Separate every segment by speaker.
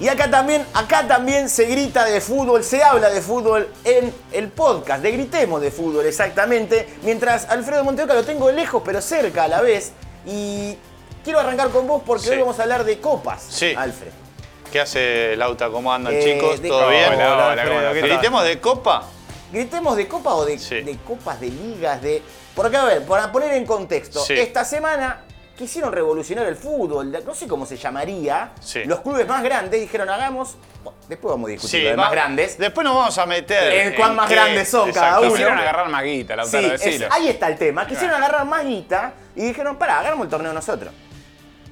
Speaker 1: Y acá también, acá también se grita de fútbol, se habla de fútbol en el podcast, de gritemos de fútbol exactamente. Mientras Alfredo Monteoca lo tengo lejos pero cerca a la vez. Y quiero arrancar con vos porque
Speaker 2: Sí.
Speaker 1: hoy vamos a hablar de copas,
Speaker 2: Sí.
Speaker 1: Alfred.
Speaker 2: ¿Qué hace Lauta? ¿Cómo andan,
Speaker 1: Eh,
Speaker 2: chicos?
Speaker 1: de-
Speaker 2: ¿Todo
Speaker 1: Hola,
Speaker 2: bien?
Speaker 1: hola, Hola, Alfredo, hola, ¿qué tal?
Speaker 2: ¿Gritemos de copa?
Speaker 1: ¿Gritemos de copa o de,
Speaker 2: Sí.
Speaker 1: de copas, de ligas, de...? Porque, a ver, para poner en contexto,
Speaker 2: Sí.
Speaker 1: esta semana quisieron revolucionar el fútbol, no sé cómo se llamaría.
Speaker 2: Sí.
Speaker 1: Los clubes más grandes dijeron, hagamos... Bueno, después vamos a discutir lo de
Speaker 2: va-
Speaker 1: más grandes.
Speaker 2: Después nos vamos a meter.
Speaker 1: En cuán más
Speaker 2: qué-
Speaker 1: grandes son cada uno.
Speaker 2: Quisieron
Speaker 3: Quisieron
Speaker 2: agarrar-
Speaker 3: agarrar más guita,
Speaker 1: Sí,
Speaker 3: Lautaro,
Speaker 1: es-
Speaker 3: decilo.
Speaker 1: ahí está el tema.
Speaker 2: Ah.
Speaker 1: Quisieron agarrar más guita y dijeron, pará, hagamos el torneo nosotros.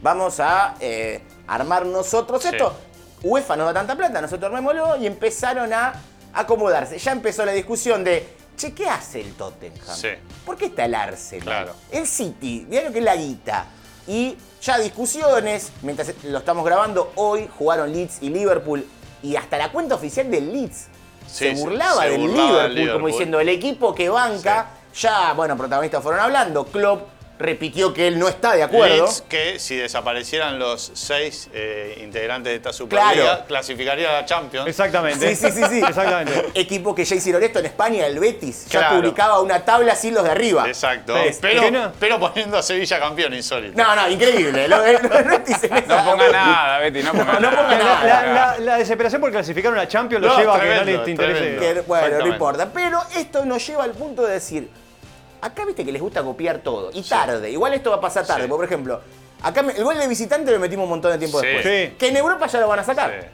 Speaker 1: Vamos a eh, armar nosotros
Speaker 2: Sí.
Speaker 1: esto. UEFA no da tanta plata, nosotros armémoslo y empezaron a acomodarse. Ya empezó la discusión de, che, ¿qué hace el Tottenham?
Speaker 2: Sí.
Speaker 1: ¿Por qué está el Arsenal?
Speaker 2: Claro.
Speaker 1: El City, mirá lo que es la guita. Y ya discusiones, mientras lo estamos grabando, hoy jugaron Leeds y Liverpool y hasta la cuenta oficial del Leeds
Speaker 2: Sí,
Speaker 1: se
Speaker 2: sí,
Speaker 1: burlaba
Speaker 2: se
Speaker 1: del
Speaker 2: burlaba del
Speaker 1: Liverpool, como
Speaker 2: Liverpool.
Speaker 1: diciendo el equipo que banca. Ya, bueno, protagonistas fueron hablando. Klopp repitió que él no está de acuerdo.
Speaker 2: Leeds, que si desaparecieran los seis eh, integrantes de esta Superliga,
Speaker 1: Claro.
Speaker 2: clasificaría a la Champions.
Speaker 4: Exactamente.
Speaker 1: Sí, sí, sí, sí.
Speaker 4: Exactamente.
Speaker 1: Equipo que ya hicieron esto en España, el Betis, ya
Speaker 2: Claro.
Speaker 1: publicaba una tabla sin los de arriba.
Speaker 2: Exacto.
Speaker 4: Sí.
Speaker 2: Pero,
Speaker 4: ¿Qué no?
Speaker 2: pero poniendo a Sevilla campeón, insólito.
Speaker 1: No, no, increíble. Lo- lo- lo- lo dicen
Speaker 3: No
Speaker 1: esa-
Speaker 3: ponga nada, Betty, no ponga
Speaker 1: no
Speaker 3: nada.
Speaker 1: ponga
Speaker 4: La,
Speaker 1: nada.
Speaker 4: la- la- la desesperación por clasificar una Champions lo
Speaker 2: No,
Speaker 4: lleva a que
Speaker 2: tremendo,
Speaker 4: no les interese.
Speaker 2: tremendo.
Speaker 1: Que, bueno, no
Speaker 2: Exactamente.
Speaker 1: importa. Pero esto nos lleva al punto de decir, acá viste que les gusta copiar todo. Y tarde. Igual esto va a pasar tarde.
Speaker 2: Sí.
Speaker 1: porque, por ejemplo, acá me- el gol de visitante lo metimos un montón de tiempo
Speaker 2: Sí.
Speaker 1: después.
Speaker 4: Sí.
Speaker 1: Que en Europa ya lo van a sacar.
Speaker 2: Sí.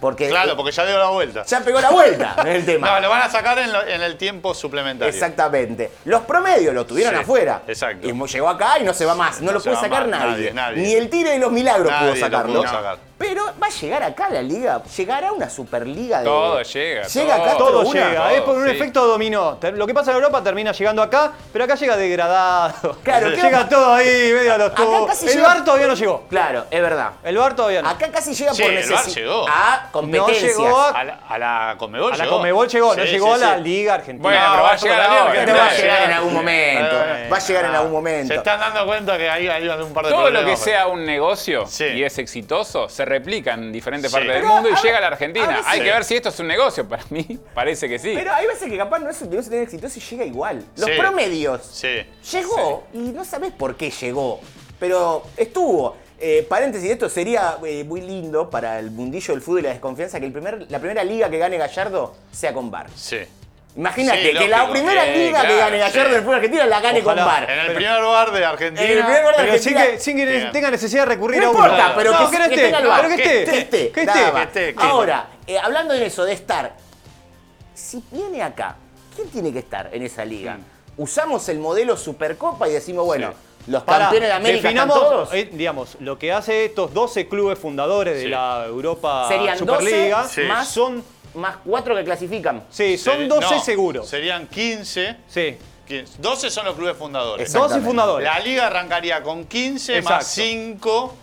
Speaker 1: Porque
Speaker 2: Claro, porque ya dio la vuelta.
Speaker 1: ya pegó la vuelta en el tema.
Speaker 2: No, lo van a sacar en, lo- en el tiempo suplementario.
Speaker 1: Exactamente. Los promedios lo tuvieron
Speaker 2: Sí,
Speaker 1: afuera.
Speaker 2: exacto.
Speaker 1: Y mo- llegó acá y no se va más. No,
Speaker 2: No
Speaker 1: lo
Speaker 2: se
Speaker 1: puede
Speaker 2: va
Speaker 1: sacar
Speaker 2: más,
Speaker 1: nadie.
Speaker 2: nadie, nadie.
Speaker 1: Ni el tiro de los milagros
Speaker 2: Nadie
Speaker 1: pudo
Speaker 2: lo
Speaker 1: sacarlo.
Speaker 2: pudo sacar.
Speaker 1: Pero va a llegar acá la liga. Llegará una superliga de.
Speaker 3: Todo llega,
Speaker 1: Llega
Speaker 3: todo.
Speaker 1: acá
Speaker 4: Todo
Speaker 1: una.
Speaker 4: llega,
Speaker 3: todo,
Speaker 4: es por un
Speaker 3: sí.
Speaker 4: efecto dominó. Ter- Lo que pasa en Europa termina llegando acá, pero acá llega degradado.
Speaker 1: Claro, ¿qué
Speaker 4: llega
Speaker 1: va-
Speaker 4: todo ahí, medio a los
Speaker 1: Acá
Speaker 4: tubos.
Speaker 1: casi
Speaker 4: El
Speaker 1: llega-
Speaker 4: bar todavía no llegó.
Speaker 1: Claro, es verdad.
Speaker 4: El bar todavía no.
Speaker 1: Acá casi llega
Speaker 2: Sí,
Speaker 1: por
Speaker 2: el VAR
Speaker 1: necesidad.
Speaker 2: llegó.
Speaker 1: A competencias.
Speaker 4: No llegó a-
Speaker 2: A la, a la Comebol
Speaker 4: a la
Speaker 2: llegó.
Speaker 4: Comebol llegó, no
Speaker 2: Sí,
Speaker 4: llegó
Speaker 2: sí,
Speaker 4: a la
Speaker 2: sí.
Speaker 4: Liga Argentina.
Speaker 3: Bueno,
Speaker 2: No,
Speaker 3: pero va a
Speaker 2: vamos
Speaker 3: llegar
Speaker 2: con la
Speaker 3: a la
Speaker 2: Liga,
Speaker 1: Pero
Speaker 3: Argentina.
Speaker 1: va a
Speaker 2: Sí,
Speaker 1: llegar en
Speaker 2: sí.
Speaker 1: algún momento.
Speaker 2: Bueno.
Speaker 1: Va a llegar en algún
Speaker 2: Eh, Se
Speaker 1: momento.
Speaker 2: están dando cuenta que hay, hay un par de
Speaker 3: Todo lo que
Speaker 2: problemas.
Speaker 3: sea un negocio
Speaker 2: Sí.
Speaker 3: y es exitoso se replica en diferentes
Speaker 2: Sí.
Speaker 3: partes del
Speaker 1: Pero
Speaker 3: mundo y
Speaker 1: a-
Speaker 3: llega a la
Speaker 1: a
Speaker 3: Argentina.
Speaker 1: veces-
Speaker 3: Hay
Speaker 2: Sí.
Speaker 3: que ver si esto es un negocio. Para mí parece que sí.
Speaker 1: Pero hay veces que capaz no es un negocio tan exitoso y llega igual. Los
Speaker 2: Sí.
Speaker 1: promedios.
Speaker 2: Sí.
Speaker 1: Llegó y no sabés por qué llegó. Pero estuvo. Eh, paréntesis, esto sería eh, muy lindo para el mundillo del fútbol y la desconfianza que el primer, la primera liga que gane Gallardo sea con VAR.
Speaker 2: Sí.
Speaker 1: Imagínate
Speaker 2: Sí,
Speaker 1: que
Speaker 2: lógico.
Speaker 1: la primera
Speaker 3: Eh,
Speaker 1: liga que
Speaker 3: claro,
Speaker 1: gane Gallardo
Speaker 2: sí. Eh,
Speaker 1: del fútbol argentino la gane
Speaker 4: Ojalá.
Speaker 1: con VAR.
Speaker 2: En el primer bar de Argentina.
Speaker 1: En el primer lugar de
Speaker 4: Pero sin
Speaker 1: Argentina-
Speaker 4: que, sin que
Speaker 2: Bien.
Speaker 4: tenga necesidad de recurrir
Speaker 1: No
Speaker 4: a uno.
Speaker 1: importa, pero
Speaker 4: No,
Speaker 1: que,
Speaker 4: no
Speaker 1: que
Speaker 4: esté,
Speaker 1: tenga el VAR.
Speaker 4: pero que esté, que esté.
Speaker 1: nada más.
Speaker 2: que esté, que-
Speaker 1: Ahora, eh, hablando de eso, de estar, si viene acá, ¿quién tiene que estar en esa liga? Usamos el modelo Supercopa y decimos, bueno, los
Speaker 4: Pará,
Speaker 1: campeones de América están
Speaker 4: definamos,
Speaker 1: todos.
Speaker 4: eh, digamos, lo que hace estos 12 clubes fundadores de
Speaker 2: Sí.
Speaker 4: la Europa
Speaker 1: Serían 12
Speaker 4: Superliga
Speaker 2: Sí.
Speaker 1: más,
Speaker 4: son,
Speaker 1: más cuatro que clasifican.
Speaker 4: sí,
Speaker 2: Seri-
Speaker 4: son 12
Speaker 2: no,
Speaker 4: seguros.
Speaker 2: Serían 15.
Speaker 4: Sí.
Speaker 2: 15. 12 son los clubes fundadores.
Speaker 1: Exacto.
Speaker 4: 12
Speaker 1: Exactamente.
Speaker 4: fundadores.
Speaker 2: La liga arrancaría con 15
Speaker 4: Exacto.
Speaker 2: más 5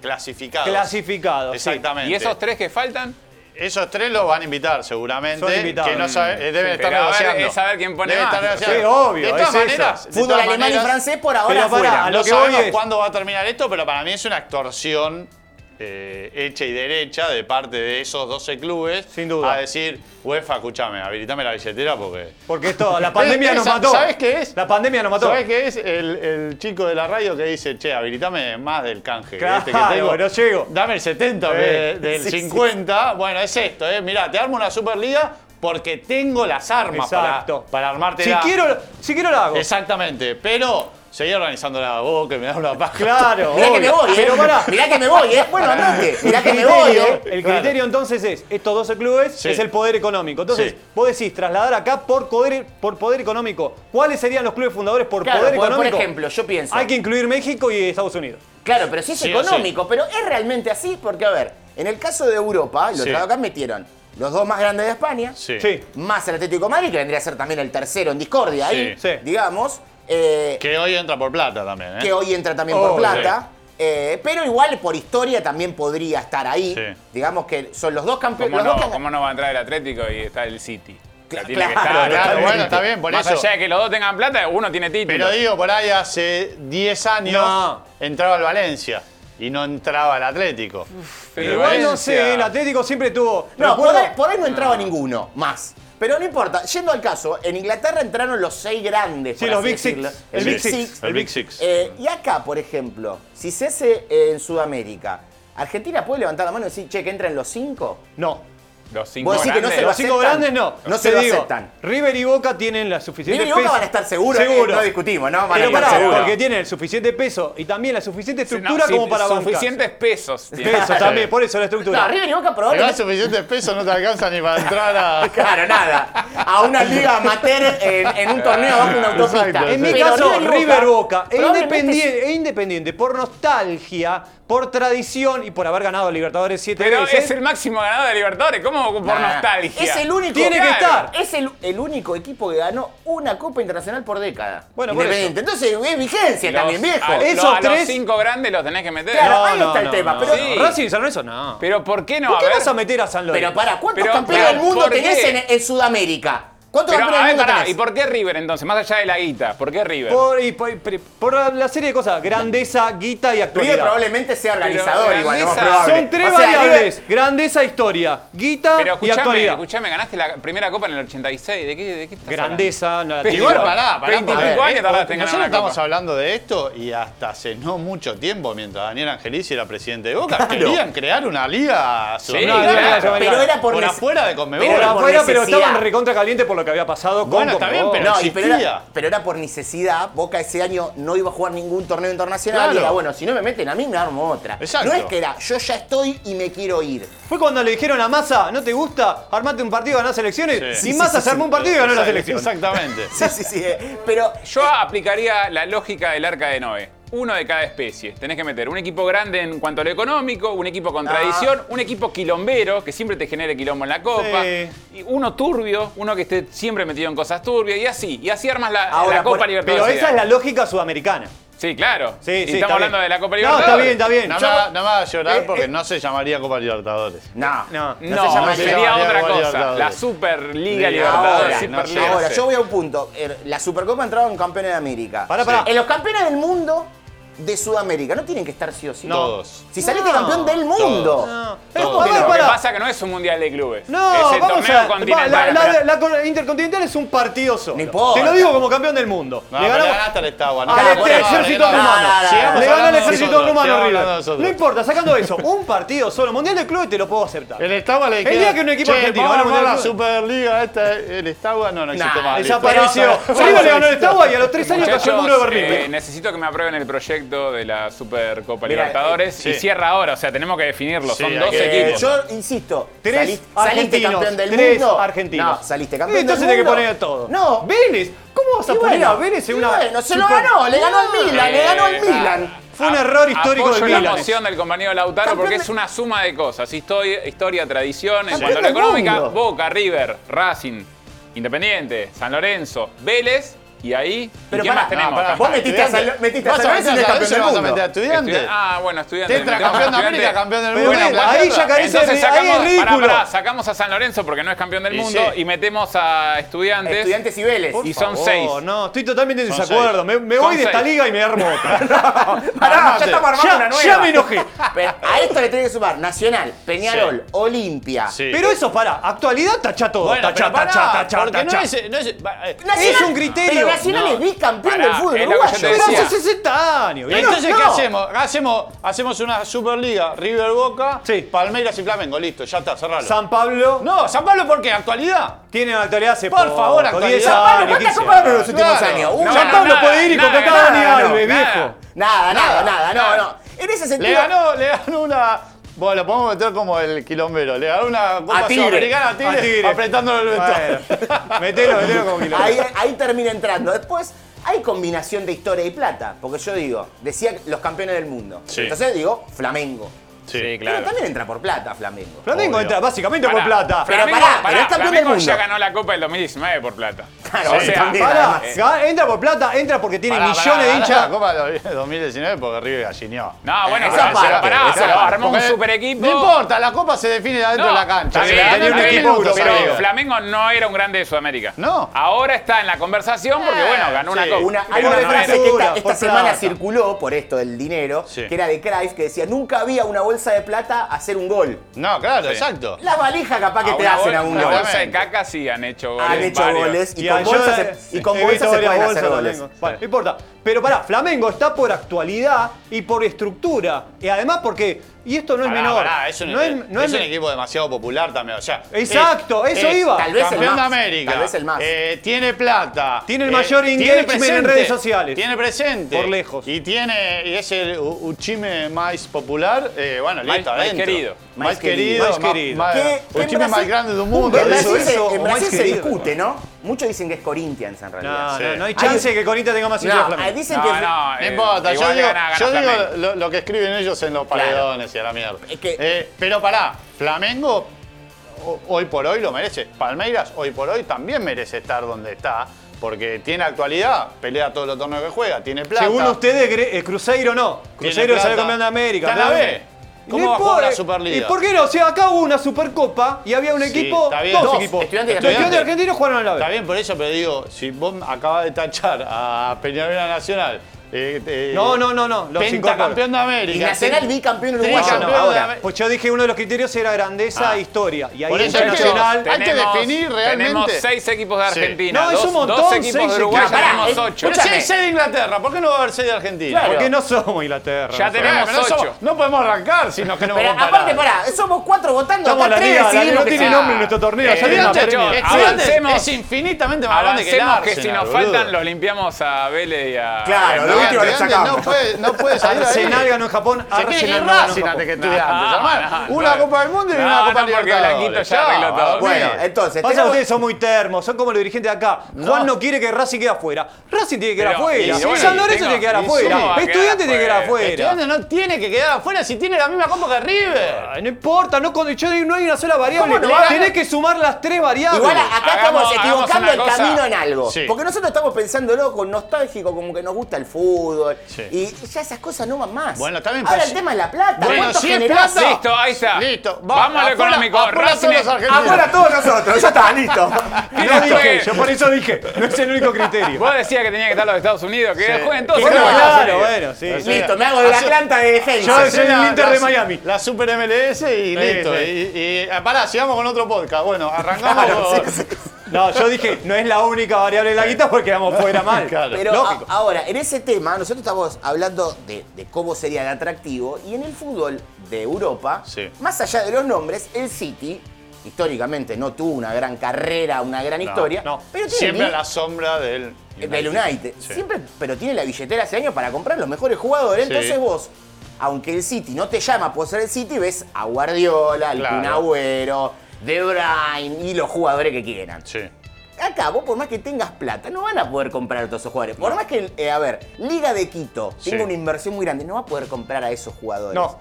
Speaker 2: clasificados.
Speaker 4: Clasificados. sí.
Speaker 2: Exactamente.
Speaker 3: ¿Y esos tres que faltan?
Speaker 2: Esos tres los van a invitar seguramente.
Speaker 4: Son invitados.
Speaker 2: Que no sabe- eh, deben
Speaker 3: Sí,
Speaker 2: estar
Speaker 3: pero a ver,
Speaker 2: negociando.
Speaker 3: es saber quién pone
Speaker 2: Deben
Speaker 3: más.
Speaker 2: estar negociando.
Speaker 4: Sí, obvio,
Speaker 2: De todas
Speaker 4: es eso.
Speaker 2: maneras. de
Speaker 1: Fútbol
Speaker 2: todas
Speaker 1: alemán
Speaker 2: maneras,
Speaker 1: y francés por ahora
Speaker 4: Pero pará,
Speaker 1: afuera.
Speaker 4: a
Speaker 2: No
Speaker 4: lo que
Speaker 2: sabemos
Speaker 4: voy es-
Speaker 2: cuándo va a terminar esto, pero para mí es una extorsión eh, hecha y derecha de parte de esos 12 clubes.
Speaker 4: Sin duda.
Speaker 2: A decir, UEFA, escúchame, habilitame la billetera porque.
Speaker 4: Porque esto, la pandemia
Speaker 2: Eh,
Speaker 4: nos
Speaker 2: eh,
Speaker 4: mató.
Speaker 2: ¿Sabes qué es?
Speaker 4: La pandemia nos mató.
Speaker 2: ¿Sabes qué es? El, el chico de la radio que dice, che, habilitame más del canje.
Speaker 4: Claro,
Speaker 2: este que tengo.
Speaker 4: no llego.
Speaker 2: Dame el 70 de-
Speaker 4: Eh,
Speaker 2: del
Speaker 4: sí, sí.
Speaker 2: 50. Bueno, es esto, ¿eh? Mirá, te armo una Superliga porque tengo las armas para,
Speaker 4: Exacto.
Speaker 2: para armarte
Speaker 4: Si
Speaker 2: la-
Speaker 4: quiero, si quiero la hago.
Speaker 2: Exactamente, pero seguí organizando la boca, me da una paja.
Speaker 4: Claro.
Speaker 1: Mirá que me
Speaker 4: obvio.
Speaker 1: voy, ¿eh?
Speaker 4: Pero pará.
Speaker 1: Mirá que me voy, ¿eh? Bueno, andate. Mirá que me voy,
Speaker 4: criterio,
Speaker 1: ¿eh?
Speaker 4: El criterio entonces es, estos 12 clubes
Speaker 2: Sí.
Speaker 4: es el poder económico. Entonces,
Speaker 2: Sí.
Speaker 4: vos decís, trasladar acá por poder, por poder económico. ¿Cuáles serían los clubes fundadores por
Speaker 1: Claro,
Speaker 4: poder
Speaker 1: por- por
Speaker 4: económico?
Speaker 1: ejemplo, yo pienso-
Speaker 4: Hay que incluir México y Estados Unidos.
Speaker 1: Claro, pero sí es
Speaker 2: Sí o sí.
Speaker 1: económico, pero es realmente así porque, a ver, en el caso de Europa, los
Speaker 2: Sí.
Speaker 1: acá metieron los dos más grandes de España,
Speaker 2: Sí.
Speaker 4: Sí.
Speaker 1: más el Atlético de Madrid, que vendría a ser también el tercero en discordia ahí,
Speaker 4: Sí. Sí.
Speaker 1: digamos, eh,
Speaker 2: Que hoy entra por plata también, ¿eh?
Speaker 1: que hoy entra también por
Speaker 4: Oh,
Speaker 1: plata. eh, pero igual por historia también podría estar ahí.
Speaker 2: Sí.
Speaker 1: Digamos que son los dos campeones.
Speaker 3: ¿Cómo
Speaker 1: los dos
Speaker 3: no,
Speaker 1: que-
Speaker 3: cómo no va a entrar el Atlético y está el City? O sea,
Speaker 1: Cla-
Speaker 3: tiene
Speaker 1: claro,
Speaker 3: que estar,
Speaker 2: claro,
Speaker 3: obviamente.
Speaker 2: bueno, está bien, por
Speaker 3: Más
Speaker 2: eso.
Speaker 3: allá de que los dos tengan plata, uno tiene título.
Speaker 2: Pero digo, por ahí hace 10 años
Speaker 4: No.
Speaker 2: entraba al Valencia. y no entraba el Atlético.
Speaker 3: pero
Speaker 4: Igual no
Speaker 3: Valencia.
Speaker 4: sé, el Atlético siempre tuvo.
Speaker 1: No, por
Speaker 4: recuerdo-
Speaker 1: ahí, por ahí no entraba ninguno más. Pero no importa, yendo al caso, en Inglaterra entraron los seis grandes.
Speaker 4: Sí,
Speaker 1: por
Speaker 4: los
Speaker 1: así
Speaker 4: Big Six.
Speaker 1: decirlo.
Speaker 4: El
Speaker 1: El
Speaker 4: Big
Speaker 1: Big
Speaker 4: Six.
Speaker 1: Six.
Speaker 2: El Big Six.
Speaker 1: Eh, y acá, por ejemplo, si se hace eh, en Sudamérica, ¿Argentina puede levantar la mano y decir, che, que entren los cinco?
Speaker 4: No.
Speaker 3: Los cinco
Speaker 1: Vos decís que no
Speaker 3: grandes.
Speaker 1: se lo
Speaker 4: Los cinco
Speaker 1: aceptan.
Speaker 4: grandes no.
Speaker 1: No
Speaker 4: Te
Speaker 1: se lo
Speaker 4: digo,
Speaker 1: aceptan.
Speaker 4: River y Boca tienen la suficiente
Speaker 1: River y Boca
Speaker 4: peso-
Speaker 1: van a estar seguros, eh,
Speaker 4: Seguro.
Speaker 1: no discutimos, ¿no? Van a
Speaker 4: Pero
Speaker 1: estar
Speaker 4: pará,
Speaker 1: seguros.
Speaker 4: porque tienen el suficiente peso y también la suficiente
Speaker 3: Sí, no,
Speaker 4: estructura
Speaker 3: sí,
Speaker 4: como para bancar.
Speaker 3: Suficientes pesos. tiene.
Speaker 4: Peso también, por eso
Speaker 1: No,
Speaker 4: la estructura.
Speaker 1: River y Boca
Speaker 2: No hay
Speaker 1: probablemente...
Speaker 2: suficientes pesos, no te alcanza ni para entrar a.
Speaker 1: Claro, nada. A una liga amateur en, en un torneo bajo una autopista.
Speaker 2: Exacto,
Speaker 4: En mi
Speaker 1: Pero
Speaker 4: caso,
Speaker 1: y
Speaker 4: River Boca e
Speaker 1: probablemente
Speaker 4: independiente, e independiente por nostalgia, por tradición y por haber ganado a Libertadores siete
Speaker 3: Pero
Speaker 4: veces.
Speaker 3: es el máximo ganador de Libertadores. ¿Cómo por
Speaker 1: Nah.
Speaker 3: nostalgia?
Speaker 1: Es el único.
Speaker 4: Tiene que estar.
Speaker 1: Es el, el único equipo que ganó una Copa Internacional por década.
Speaker 4: Bueno, por
Speaker 1: Independiente. Entonces es vigencia
Speaker 3: Los-
Speaker 1: también, viejo.
Speaker 3: a- lo-
Speaker 4: Esos
Speaker 3: a
Speaker 4: tres-
Speaker 3: Los cinco grandes los tenés que meter.
Speaker 1: Claro,
Speaker 4: No,
Speaker 1: ahí
Speaker 4: no,
Speaker 1: está el
Speaker 4: no,
Speaker 1: tema.
Speaker 4: no.
Speaker 1: pero,
Speaker 3: Sí.
Speaker 4: Racing y San Lorenzo no.
Speaker 3: Pero ¿por qué no?
Speaker 4: ¿Por qué
Speaker 3: a ver?
Speaker 4: vas a meter a San Lorenzo?
Speaker 1: pero pará, ¿cuántos
Speaker 3: Pero-
Speaker 1: campeones
Speaker 3: pero,
Speaker 1: del mundo
Speaker 3: ¿por
Speaker 1: tenés
Speaker 3: qué?
Speaker 1: en, en Sudamérica? ¿Cuántos
Speaker 3: Pero,
Speaker 1: campeones
Speaker 3: a
Speaker 1: del
Speaker 3: ver,
Speaker 1: mundo
Speaker 3: pará,
Speaker 1: tenés?
Speaker 3: ¿y por qué River entonces? Más allá de la guita, ¿por qué River?
Speaker 4: Por, y por- por- por la serie de cosas, grandeza, guita y
Speaker 1: River
Speaker 4: actualidad.
Speaker 1: probablemente sea organizador
Speaker 3: Pero
Speaker 1: igual, lo más
Speaker 3: grandeza-
Speaker 1: probable.
Speaker 4: Son tres
Speaker 1: O sea,
Speaker 4: variables.
Speaker 1: River-
Speaker 4: Grandeza, historia, guita
Speaker 3: Pero
Speaker 4: y
Speaker 3: escuchame,
Speaker 4: actualidad.
Speaker 3: escuchame, ganaste la primera copa en el 86. ¿De qué, de qué estás
Speaker 4: Grandeza, no la tiene.
Speaker 2: Igual, pará, pará.
Speaker 3: 25
Speaker 2: porque,
Speaker 3: años
Speaker 2: eh,
Speaker 3: tardaste en ganar
Speaker 2: Nosotros
Speaker 3: una
Speaker 2: estamos
Speaker 3: copa.
Speaker 2: hablando de esto y hasta hace no mucho tiempo, mientras Daniel Angelici era presidente de Boca,
Speaker 1: Claro.
Speaker 2: querían crear una liga
Speaker 3: No,
Speaker 2: sudamericana.
Speaker 3: no, no,
Speaker 4: no, no,
Speaker 1: Pero era por
Speaker 2: Por
Speaker 1: nece-
Speaker 2: afuera de Conmebol.
Speaker 1: Pero
Speaker 4: Por
Speaker 1: era por
Speaker 4: afuera, pero
Speaker 1: necesidad.
Speaker 4: estaban recontra caliente por lo que había pasado con
Speaker 2: Bueno, está
Speaker 4: Conmebol.
Speaker 2: bien,
Speaker 1: No, y pero, era,
Speaker 2: existía.
Speaker 1: pero era por necesidad. Boca ese año no iba a jugar ningún torneo internacional.
Speaker 2: Claro.
Speaker 1: Y era, bueno, si no me meten a mí, me armo otra.
Speaker 2: Exacto.
Speaker 1: No es que era, yo ya estoy y me quiero ir.
Speaker 4: Fue cuando le dijeron a Massa, ¿no te gusta? Armate un partido, ganás elecciones.
Speaker 2: Sí.
Speaker 4: Y
Speaker 1: Sí,
Speaker 4: Massa
Speaker 1: sí, sí,
Speaker 4: se armó un partido y ganó las elecciones.
Speaker 2: Exactamente.
Speaker 1: Sí, sí, sí. eh, Pero
Speaker 3: Yo aplicaría la lógica del arca de Noé. Uno de cada especie. Tenés que meter un equipo grande en cuanto a lo económico, un equipo
Speaker 4: Ah.
Speaker 3: con tradición, un equipo quilombero, que siempre te genere quilombo en la copa,
Speaker 4: Sí.
Speaker 3: y uno turbio, uno que esté siempre metido en cosas turbias, y así. Y así armas la,
Speaker 1: Ahora,
Speaker 3: la Copa
Speaker 1: por-
Speaker 3: Libertadores.
Speaker 4: Pero esa es la lógica sudamericana.
Speaker 3: Sí, claro.
Speaker 4: Sí,
Speaker 3: Y
Speaker 4: sí, está
Speaker 3: estamos hablando
Speaker 4: bien.
Speaker 3: de la Copa
Speaker 4: No,
Speaker 3: Libertadores.
Speaker 4: está bien, está bien.
Speaker 2: No me,
Speaker 4: Yo-
Speaker 2: va- no me hagas llorar
Speaker 4: Eh,
Speaker 2: porque
Speaker 4: eh.
Speaker 2: no se llamaría Copa Libertadores.
Speaker 1: No,
Speaker 4: No.
Speaker 1: se
Speaker 3: No,
Speaker 1: llama
Speaker 2: se
Speaker 3: sería
Speaker 2: llama Copa
Speaker 3: otra cosa.
Speaker 2: Libertadores.
Speaker 3: La Superliga
Speaker 2: Sí,
Speaker 3: Libertadores.
Speaker 1: ahora,
Speaker 2: no,
Speaker 3: Superliga.
Speaker 1: ahora, yo voy a un punto. Er, La Supercopa entraron campeones de América.
Speaker 4: Pará, pará.
Speaker 1: En los campeones del mundo de Sudamérica no tienen que estar sí o sí.
Speaker 2: No. Todos.
Speaker 1: Si saliste campeón del mundo.
Speaker 4: No.
Speaker 1: Pero
Speaker 4: No,
Speaker 1: ¿cómo que
Speaker 4: pará,
Speaker 1: no?
Speaker 3: Lo que
Speaker 4: pará.
Speaker 3: pasa es que no es un mundial de clubes.
Speaker 4: No,
Speaker 3: es el
Speaker 4: vamos
Speaker 3: torneo
Speaker 4: a.
Speaker 3: continental.
Speaker 4: la, la-
Speaker 3: Pero-
Speaker 4: la- la Intercontinental es un partido solo.
Speaker 1: No importa.
Speaker 4: Te lo digo como campeón del mundo.
Speaker 2: No,
Speaker 4: le
Speaker 2: pero
Speaker 4: ganamos.
Speaker 2: ganaste al Estagua.
Speaker 4: Al Este
Speaker 1: Ah, bueno,
Speaker 4: ejército
Speaker 1: no, no,
Speaker 4: rumano.
Speaker 1: no, no,
Speaker 2: Sigamos
Speaker 4: Le ganó al
Speaker 2: hablando
Speaker 4: ejército
Speaker 2: nosotros,
Speaker 4: rumano
Speaker 2: sigamos
Speaker 4: River.
Speaker 2: hablando nosotros.
Speaker 4: No importa, sacando eso. Un partido solo. Mundial de clubes te lo puedo aceptar.
Speaker 2: El Estagua le dijeron,
Speaker 4: día que un equipo
Speaker 2: "Che,
Speaker 4: argentino
Speaker 2: vamos a
Speaker 4: gana
Speaker 2: armar la
Speaker 4: el Mundial
Speaker 2: Superliga, esta, el Estagua no, no existe más. listo.
Speaker 4: Desapareció.
Speaker 1: Pero-
Speaker 4: River le ganó el Estagua y a los tres años cayó el
Speaker 3: Muchachos,
Speaker 4: muro de Berlín.
Speaker 3: eh, necesito que me aprueben el proyecto de la Supercopa
Speaker 1: Mirá,
Speaker 3: Libertadores
Speaker 2: eh,
Speaker 3: y
Speaker 2: sí.
Speaker 3: cierra ahora, o sea, tenemos que definirlo.
Speaker 2: Sí,
Speaker 3: Son
Speaker 2: hay
Speaker 3: dos
Speaker 2: que-
Speaker 1: Eh,
Speaker 3: equipos.
Speaker 1: yo insisto,
Speaker 4: Tres
Speaker 1: saliste, saliste
Speaker 4: argentinos,
Speaker 1: campeón del
Speaker 4: tres
Speaker 1: mundo.
Speaker 4: argentinos.
Speaker 1: No, saliste campeón del
Speaker 4: Entonces tenés que
Speaker 1: mundo.
Speaker 4: poner a todo.
Speaker 1: No.
Speaker 4: Vélez. ¿Cómo vas a
Speaker 1: Y
Speaker 4: poner
Speaker 1: bueno,
Speaker 4: a Vélez en
Speaker 1: y
Speaker 4: una.
Speaker 1: Bueno, se lo
Speaker 4: Super- Ah,
Speaker 1: ganó, le ganó al Milan, le ganó al
Speaker 3: Eh,
Speaker 1: Milan.
Speaker 4: Fue un error histórico
Speaker 3: Apoyo
Speaker 4: del
Speaker 3: la
Speaker 4: Milan.
Speaker 3: moción del compañero Lautaro
Speaker 1: Campeón
Speaker 3: porque
Speaker 1: de-
Speaker 3: es una suma de cosas. Historia, historia tradición, en
Speaker 1: Campeón
Speaker 3: cuanto a la
Speaker 1: del
Speaker 3: económica,
Speaker 1: mundo.
Speaker 3: Boca, River, Racing, Independiente, San Lorenzo, Vélez y ahí.
Speaker 1: Pero
Speaker 3: ¿y ¿Quién
Speaker 1: pará,
Speaker 3: más tenemos?
Speaker 1: no, pará,
Speaker 3: acá?
Speaker 1: vos metiste a San metiste a
Speaker 2: Vas a
Speaker 1: San Lorenzo
Speaker 2: meter
Speaker 1: y no es
Speaker 2: a
Speaker 1: campeón del
Speaker 2: San Lorenzo y vas a meter a
Speaker 1: mundo.
Speaker 2: Estudiantes.
Speaker 3: Estudi- Ah, bueno, estudiante.
Speaker 2: Tetra campeón de América, campeón del
Speaker 4: Pero
Speaker 2: mundo.
Speaker 4: bueno,
Speaker 2: Buena
Speaker 4: ahí
Speaker 2: plata.
Speaker 4: ya carece de-
Speaker 3: Entonces
Speaker 4: ahí
Speaker 3: sacamos,
Speaker 4: es
Speaker 3: pará,
Speaker 4: ridículo.
Speaker 3: pará, sacamos a San Lorenzo porque no es campeón del
Speaker 2: Y
Speaker 3: mundo
Speaker 2: sí.
Speaker 3: y metemos a estudiantes.
Speaker 1: Estudiantes y Vélez.
Speaker 3: Y son
Speaker 4: Por
Speaker 3: seis.
Speaker 4: favor, Oh, No, estoy totalmente en
Speaker 2: Son
Speaker 4: desacuerdo. Me,
Speaker 2: seis.
Speaker 4: me voy
Speaker 3: Son
Speaker 4: de esta
Speaker 3: seis.
Speaker 4: liga y me armo otra.
Speaker 1: Pará, ya
Speaker 2: Armate.
Speaker 1: estamos armando una
Speaker 4: ya,
Speaker 1: nueva.
Speaker 4: ya me enojé.
Speaker 1: Pero a esto le tiene que sumar Nacional, Peñarol,
Speaker 2: Sí.
Speaker 1: Olimpia.
Speaker 2: Sí.
Speaker 4: Pero eso, pará. Actualidad tacha todo.
Speaker 2: Bueno,
Speaker 4: tacha,
Speaker 2: pero pará,
Speaker 4: tacha, tacha,
Speaker 2: porque
Speaker 4: tacha.
Speaker 2: no es- no es- va, eh,
Speaker 1: Nacional-
Speaker 4: Es un
Speaker 1: Pero
Speaker 4: criterio.
Speaker 1: Nacional
Speaker 3: No.
Speaker 1: es bicampeón
Speaker 3: Pará,
Speaker 1: del fútbol
Speaker 3: es lo que yo te
Speaker 1: uruguayo.
Speaker 4: Pero hace
Speaker 3: decía.
Speaker 4: 60 años.
Speaker 2: Y
Speaker 4: viejo.
Speaker 2: Entonces,
Speaker 1: no.
Speaker 2: ¿qué hacemos? hacemos? Hacemos una Superliga, River
Speaker 3: Ah,
Speaker 2: Boca,
Speaker 4: Sí.
Speaker 2: Palmeiras y Flamengo, listo, ya está, cerralo.
Speaker 4: San Pablo
Speaker 2: no, San Pablo, ¿por qué? ¿Actualidad?
Speaker 4: tiene una actualidad hace
Speaker 2: Por favor,
Speaker 4: poco,
Speaker 2: actualidad.
Speaker 4: 10
Speaker 2: San
Speaker 1: Pablo,
Speaker 4: años,
Speaker 1: ¿cuántas
Speaker 4: 15
Speaker 1: copas ganó en
Speaker 4: años.
Speaker 1: los últimos
Speaker 2: Claro.
Speaker 1: años? Una.
Speaker 4: San
Speaker 3: No,
Speaker 4: Pablo
Speaker 3: nada,
Speaker 4: puede ir y
Speaker 3: nada,
Speaker 4: contratar a
Speaker 3: nada,
Speaker 4: Dani
Speaker 1: Ah, nada,
Speaker 4: Alves,
Speaker 3: nada.
Speaker 4: viejo.
Speaker 1: Nada, nada, nada,
Speaker 2: Nada.
Speaker 1: no, no. En ese sentido.
Speaker 2: Le ganó, le ganó una. Bueno, lo podemos meter como el quilombero. Le ganó una Copa
Speaker 1: Tigre.
Speaker 2: Sudamericana a Tigre,
Speaker 4: A Tigre.
Speaker 2: apretándolo en el vestuario.
Speaker 4: Bueno, metelo, metelo como quilombo.
Speaker 1: Ahí, ahí termina entrando. Después hay combinación de historia y plata. Porque yo digo, decía los campeones del mundo.
Speaker 2: Sí.
Speaker 1: Entonces digo, Flamengo.
Speaker 3: Sí,
Speaker 1: Pero
Speaker 3: claro.
Speaker 1: también entra por plata Flamengo.
Speaker 4: Flamengo
Speaker 2: Obvio.
Speaker 4: entra básicamente por
Speaker 3: Pará,
Speaker 4: plata.
Speaker 1: Pero pará, pero es campeón del
Speaker 3: Flamengo ya
Speaker 1: mundo.
Speaker 3: ganó la Copa del 2019 por plata.
Speaker 1: Claro,
Speaker 3: O sea,
Speaker 1: también,
Speaker 4: Pará,
Speaker 1: además.
Speaker 4: ga- entra por plata, entra porque tiene
Speaker 2: Pará,
Speaker 4: millones
Speaker 2: pará,
Speaker 4: de
Speaker 2: ganó
Speaker 4: hinchas.
Speaker 2: La Copa de 2019 porque River gallineó.
Speaker 3: No, bueno,
Speaker 1: Esa
Speaker 3: pará,
Speaker 1: parte,
Speaker 3: pará,
Speaker 1: esa parte.
Speaker 3: armó un
Speaker 2: Porque
Speaker 3: super equipo.
Speaker 2: No importa, la Copa se define adentro de la cancha.
Speaker 3: está bien,
Speaker 2: Se la
Speaker 3: está
Speaker 2: tenía un
Speaker 3: bien,
Speaker 2: equipo duro,
Speaker 3: pero
Speaker 2: amigo.
Speaker 3: Flamengo no era un grande de Sudamérica.
Speaker 2: No.
Speaker 3: Ahora está en la conversación porque,
Speaker 2: Eh,
Speaker 3: bueno, ganó una
Speaker 2: sí.
Speaker 3: copa.
Speaker 1: Una- hay
Speaker 3: Pero
Speaker 1: una
Speaker 3: no era-
Speaker 1: frase que esta,
Speaker 4: Por
Speaker 1: esta semana
Speaker 4: plata.
Speaker 1: circuló por esto del dinero,
Speaker 2: Sí.
Speaker 1: que era de Cruyff, que decía, nunca había una bolsa de plata a hacer un gol.
Speaker 2: No, claro, exacto.
Speaker 1: La valija capaz que te
Speaker 3: una
Speaker 1: hacen a
Speaker 3: bol-
Speaker 1: un
Speaker 3: una
Speaker 1: gol.
Speaker 3: bolsa de caca sí han hecho goles.
Speaker 1: Han hecho
Speaker 3: varios.
Speaker 1: goles y,
Speaker 4: Y
Speaker 1: con
Speaker 4: ayer-
Speaker 1: bolsa se, y con
Speaker 4: he
Speaker 1: bolsa
Speaker 4: visto
Speaker 1: se
Speaker 4: varias
Speaker 1: pueden
Speaker 4: bolsas
Speaker 1: hacer
Speaker 4: también.
Speaker 1: goles.
Speaker 4: Bueno, no importa. Pero pará, Flamengo está por actualidad y por estructura. Y además porque, y esto no es
Speaker 2: Pará,
Speaker 4: menor,
Speaker 2: pará, es un,
Speaker 4: no es, no
Speaker 2: es
Speaker 4: es
Speaker 2: un
Speaker 4: men-
Speaker 2: equipo demasiado popular también. O sea, eh,
Speaker 4: Exacto, eso iba.
Speaker 1: Tal vez el
Speaker 2: campeón
Speaker 1: más,
Speaker 2: de América.
Speaker 1: tal vez el más.
Speaker 2: Eh, tiene plata.
Speaker 4: Tiene el
Speaker 2: eh,
Speaker 4: mayor
Speaker 2: tiene
Speaker 4: engagement en
Speaker 2: presente,
Speaker 4: redes sociales.
Speaker 2: Tiene presente.
Speaker 4: Por lejos.
Speaker 2: Y tiene y es el u- uchime más popular. eh, bueno,
Speaker 3: Más-
Speaker 2: listo,
Speaker 3: más
Speaker 2: adentro.
Speaker 3: querido.
Speaker 2: Más
Speaker 1: Más
Speaker 2: querido.
Speaker 4: querido. Más querido.
Speaker 2: más-
Speaker 1: Que- que en
Speaker 2: Uchime más
Speaker 1: Brasil-
Speaker 2: grande del mundo.
Speaker 1: En
Speaker 4: Eso,
Speaker 1: Brasil, se,
Speaker 4: eso,
Speaker 1: en
Speaker 4: o
Speaker 1: Brasil
Speaker 4: más
Speaker 1: se
Speaker 4: querido.
Speaker 1: discute, ¿no? Muchos dicen que es Corinthians en realidad.
Speaker 4: No,
Speaker 2: Sí.
Speaker 4: no, no hay
Speaker 1: Hay-
Speaker 4: chance de que Corinthians tenga más hinchas
Speaker 1: No,
Speaker 4: que Flamengo.
Speaker 1: eh, dicen que...
Speaker 3: No, no,
Speaker 2: No
Speaker 3: eh,
Speaker 2: importa, yo
Speaker 3: igual
Speaker 2: digo,
Speaker 3: gana- gana
Speaker 2: yo digo
Speaker 3: Flamengo.
Speaker 2: lo, lo que escriben ellos en los
Speaker 1: Claro.
Speaker 2: paredones y a la mierda.
Speaker 1: Es que-
Speaker 2: Eh, pero pará, Flamengo o- hoy por hoy lo merece. Palmeiras hoy por hoy también merece estar donde está, porque tiene actualidad, pelea todos los torneos que juega, tiene plata.
Speaker 4: Según ustedes, Gre- eh, Cruzeiro no.
Speaker 2: Tiene
Speaker 4: Cruzeiro sale
Speaker 2: plata.
Speaker 4: campeón de América.
Speaker 2: Está en la
Speaker 4: ¿no?
Speaker 2: B. ¿Cómo
Speaker 4: No
Speaker 2: va a jugar la
Speaker 4: importa.
Speaker 2: Superliga?
Speaker 4: ¿Y por qué no? O sea, acá hubo una Supercopa y había un
Speaker 2: Sí,
Speaker 4: equipo,
Speaker 2: está bien.
Speaker 4: dos,
Speaker 2: Dos,
Speaker 4: equipos.
Speaker 1: Estudiantes y
Speaker 4: Los estudiantes
Speaker 2: Estudiantes.
Speaker 4: argentinos jugaron a la
Speaker 2: Está
Speaker 4: B.
Speaker 2: bien por eso, pero digo, si vos acabas de tachar a Peñarol Nacional. eh, eh,
Speaker 4: No, no, no, no. Los cinco
Speaker 2: Pentacampeón de América.
Speaker 1: Y Nacional bicampeón uruguayo.
Speaker 2: Tricampeón
Speaker 4: No,
Speaker 2: de
Speaker 4: ahora,
Speaker 2: América.
Speaker 4: pues yo dije uno de los criterios era grandeza
Speaker 2: Ah.
Speaker 4: e historia. Y ahí
Speaker 2: Por eso
Speaker 4: Hincha
Speaker 2: hay que-
Speaker 4: nacional.
Speaker 2: hay que
Speaker 3: Tenemos-
Speaker 2: definir
Speaker 3: Tenemos
Speaker 2: realmente.
Speaker 3: seis equipos de
Speaker 2: Sí.
Speaker 3: Argentina.
Speaker 4: No, es
Speaker 3: dos,
Speaker 4: un montón,
Speaker 3: Dos equipos
Speaker 4: seis
Speaker 3: de Uruguay,
Speaker 1: equipos.
Speaker 3: ya tenemos
Speaker 1: Pará,
Speaker 3: ocho.
Speaker 2: Pero si hay seis de Inglaterra, ¿por qué no va a haber seis de Argentina?
Speaker 1: Claro.
Speaker 4: ¿Por qué no somos Inglaterra?
Speaker 3: Ya
Speaker 4: No somos.
Speaker 3: tenemos
Speaker 2: Pero no,
Speaker 3: ocho.
Speaker 2: somos- no podemos arrancar si nos queremos
Speaker 1: Pero
Speaker 2: comparar.
Speaker 1: aparte, pará, somos cuatro votando,
Speaker 4: Estamos
Speaker 1: acá
Speaker 4: en la
Speaker 1: tres
Speaker 4: liga, la liga
Speaker 1: decidimos
Speaker 4: no
Speaker 1: que
Speaker 4: tiene
Speaker 1: sí.
Speaker 4: nombre nuestro torneo.
Speaker 2: Eh,
Speaker 4: Ya tenemos
Speaker 2: muchachos,
Speaker 4: premio.
Speaker 2: es-
Speaker 3: Avancemos.
Speaker 2: es infinitamente más grande que el
Speaker 3: Avancemos que si
Speaker 2: Arsenal,
Speaker 3: nos
Speaker 2: boludo.
Speaker 3: faltan los limpiamos a Vélez y a...
Speaker 1: Claro,
Speaker 2: No,
Speaker 1: lo último lo
Speaker 2: antes,
Speaker 1: sacamos.
Speaker 2: No puede, no puede salir
Speaker 4: Arsenal
Speaker 2: ahí.
Speaker 4: ganó en Japón,
Speaker 2: Se tiene que ir
Speaker 4: Arsenal no ganó en
Speaker 2: Racing
Speaker 4: Japón.
Speaker 2: antes que
Speaker 3: No,
Speaker 2: estudiantes, hermano.
Speaker 3: no,
Speaker 2: Una
Speaker 3: no.
Speaker 2: Copa del Mundo y
Speaker 3: No,
Speaker 2: una Copa
Speaker 3: no, porque
Speaker 2: Libertadores.
Speaker 3: Blanquito ya arregló todo.
Speaker 2: amigo.
Speaker 1: Bueno, entonces,
Speaker 4: Pasa que
Speaker 1: tenemos-
Speaker 4: ustedes son muy termos, son como los dirigentes de acá. Juan no quiere que Racing quede afuera. Racing tiene que quedar
Speaker 3: Pero, y
Speaker 4: afuera.
Speaker 3: sí,
Speaker 4: San Lorenzo
Speaker 3: tengo-
Speaker 4: tiene que quedar
Speaker 3: y
Speaker 2: sí, va
Speaker 4: afuera.
Speaker 2: a
Speaker 4: Estudiante
Speaker 3: quedar
Speaker 4: tiene que quedar
Speaker 3: afuera.
Speaker 4: afuera.
Speaker 2: Estudiantes no tiene que quedar afuera si tiene la misma Copa que River.
Speaker 4: Ay, No importa, no, con- yo digo, no hay una sola variable.
Speaker 1: ¿Cómo no va a-
Speaker 4: Tenés que sumar las tres variables.
Speaker 1: Igual acá
Speaker 3: Hagamos-
Speaker 1: estamos
Speaker 3: hagamos
Speaker 1: equivocando
Speaker 3: una
Speaker 1: el
Speaker 3: cosa.
Speaker 1: camino en algo.
Speaker 2: Sí.
Speaker 1: Porque nosotros estamos pensándolo con nostálgico, como que nos gusta el fútbol.
Speaker 2: Sí.
Speaker 1: Y ya esas cosas no van más.
Speaker 2: Bueno, está bien,
Speaker 1: Ahora
Speaker 2: pero
Speaker 1: el
Speaker 2: si-
Speaker 1: tema es la plata.
Speaker 2: Bueno,
Speaker 1: ¿Cuánto
Speaker 2: si es
Speaker 1: generás?
Speaker 2: plata-
Speaker 3: Listo, ahí está.
Speaker 2: Listo, va,
Speaker 3: Vamos a lo
Speaker 2: afuera-
Speaker 3: económico.
Speaker 2: afuera
Speaker 3: Racing
Speaker 2: todos los
Speaker 3: es-
Speaker 2: argentinos.
Speaker 1: Afuera todos nosotros, ya está, listo.
Speaker 3: ¿Qué
Speaker 4: No
Speaker 3: nos
Speaker 4: dije,
Speaker 3: juegue?
Speaker 4: yo por eso dije. No es el único criterio.
Speaker 3: Vos decías que tenía que estar los Estados Unidos, que
Speaker 2: Sí.
Speaker 3: jueguen todos
Speaker 1: Que
Speaker 3: en los
Speaker 1: jueguen,
Speaker 3: Estados
Speaker 4: Claro,
Speaker 3: Unidos.
Speaker 4: bueno, sí.
Speaker 2: Así-
Speaker 1: Listo, me hago de la
Speaker 2: Hace-
Speaker 1: Atlanta de defensa.
Speaker 4: Yo- soy el Inter de Miami.
Speaker 2: La Super MLS y listo.
Speaker 4: sí.
Speaker 2: Y, y- ah, pará, sigamos con otro podcast. Bueno, arrancamos. con-
Speaker 4: No, yo dije, no es la única variable de la guita porque quedamos fuera mal.
Speaker 2: Claro.
Speaker 1: Pero ah,
Speaker 4: Lógico.
Speaker 1: a- ahora, en ese tema, nosotros estamos hablando de, de cómo sería de atractivo. Y en el fútbol de Europa,
Speaker 2: Sí.
Speaker 1: más allá de los nombres, el City, históricamente no tuvo una gran carrera, una gran historia.
Speaker 4: no.
Speaker 1: pero tiene
Speaker 2: Siempre a
Speaker 1: li-
Speaker 2: la sombra del
Speaker 1: Eh, del United.
Speaker 2: Sí.
Speaker 1: Siempre, pero tiene la billetera hace años para comprar los mejores jugadores.
Speaker 2: Sí.
Speaker 1: Entonces vos, aunque el City no te llama por ser el City, ves a Guardiola, al
Speaker 2: Claro.
Speaker 1: Kun Agüero, De Bruyne y los jugadores que quieran.
Speaker 2: Sí.
Speaker 1: Acá vos por más que tengas plata, no van a poder comprar a todos esos jugadores. Por más que, eh, a ver, Liga de Quito
Speaker 2: Sí.
Speaker 1: tenga una inversión muy grande, no va a poder comprar a esos jugadores.
Speaker 4: No.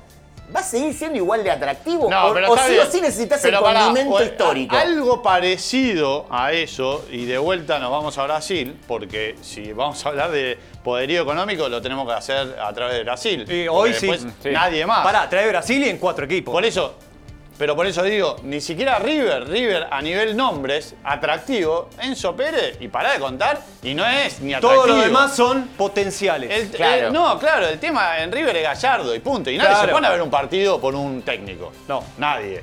Speaker 1: ¿Va a seguir siendo igual de atractivo?
Speaker 2: No,
Speaker 1: o
Speaker 2: pero
Speaker 1: o
Speaker 2: está
Speaker 1: sí
Speaker 2: bien.
Speaker 1: o sí necesitas
Speaker 2: Pero
Speaker 1: el
Speaker 2: pará,
Speaker 1: condimento
Speaker 2: o-
Speaker 1: histórico.
Speaker 2: a- Algo parecido a eso, y de vuelta nos vamos a Brasil, porque si vamos a hablar de poderío económico, lo tenemos que hacer a través de Brasil.
Speaker 4: Y
Speaker 2: porque
Speaker 4: hoy sí.
Speaker 2: después
Speaker 3: Sí.
Speaker 2: Nadie más.
Speaker 4: Pará, trae Brasil y en cuatro equipos.
Speaker 2: Por eso, pero por eso digo, ni siquiera River, River a nivel nombres, atractivo, Enzo Pérez, y pará de contar, y no es ni atractivo.
Speaker 4: Todo lo demás son potenciales.
Speaker 2: El-
Speaker 1: Claro.
Speaker 2: el- no, claro, el tema en River es Gallardo y punto. Y nadie se
Speaker 4: Claro.
Speaker 2: pone a ver un partido por un técnico.
Speaker 4: No.
Speaker 2: Nadie.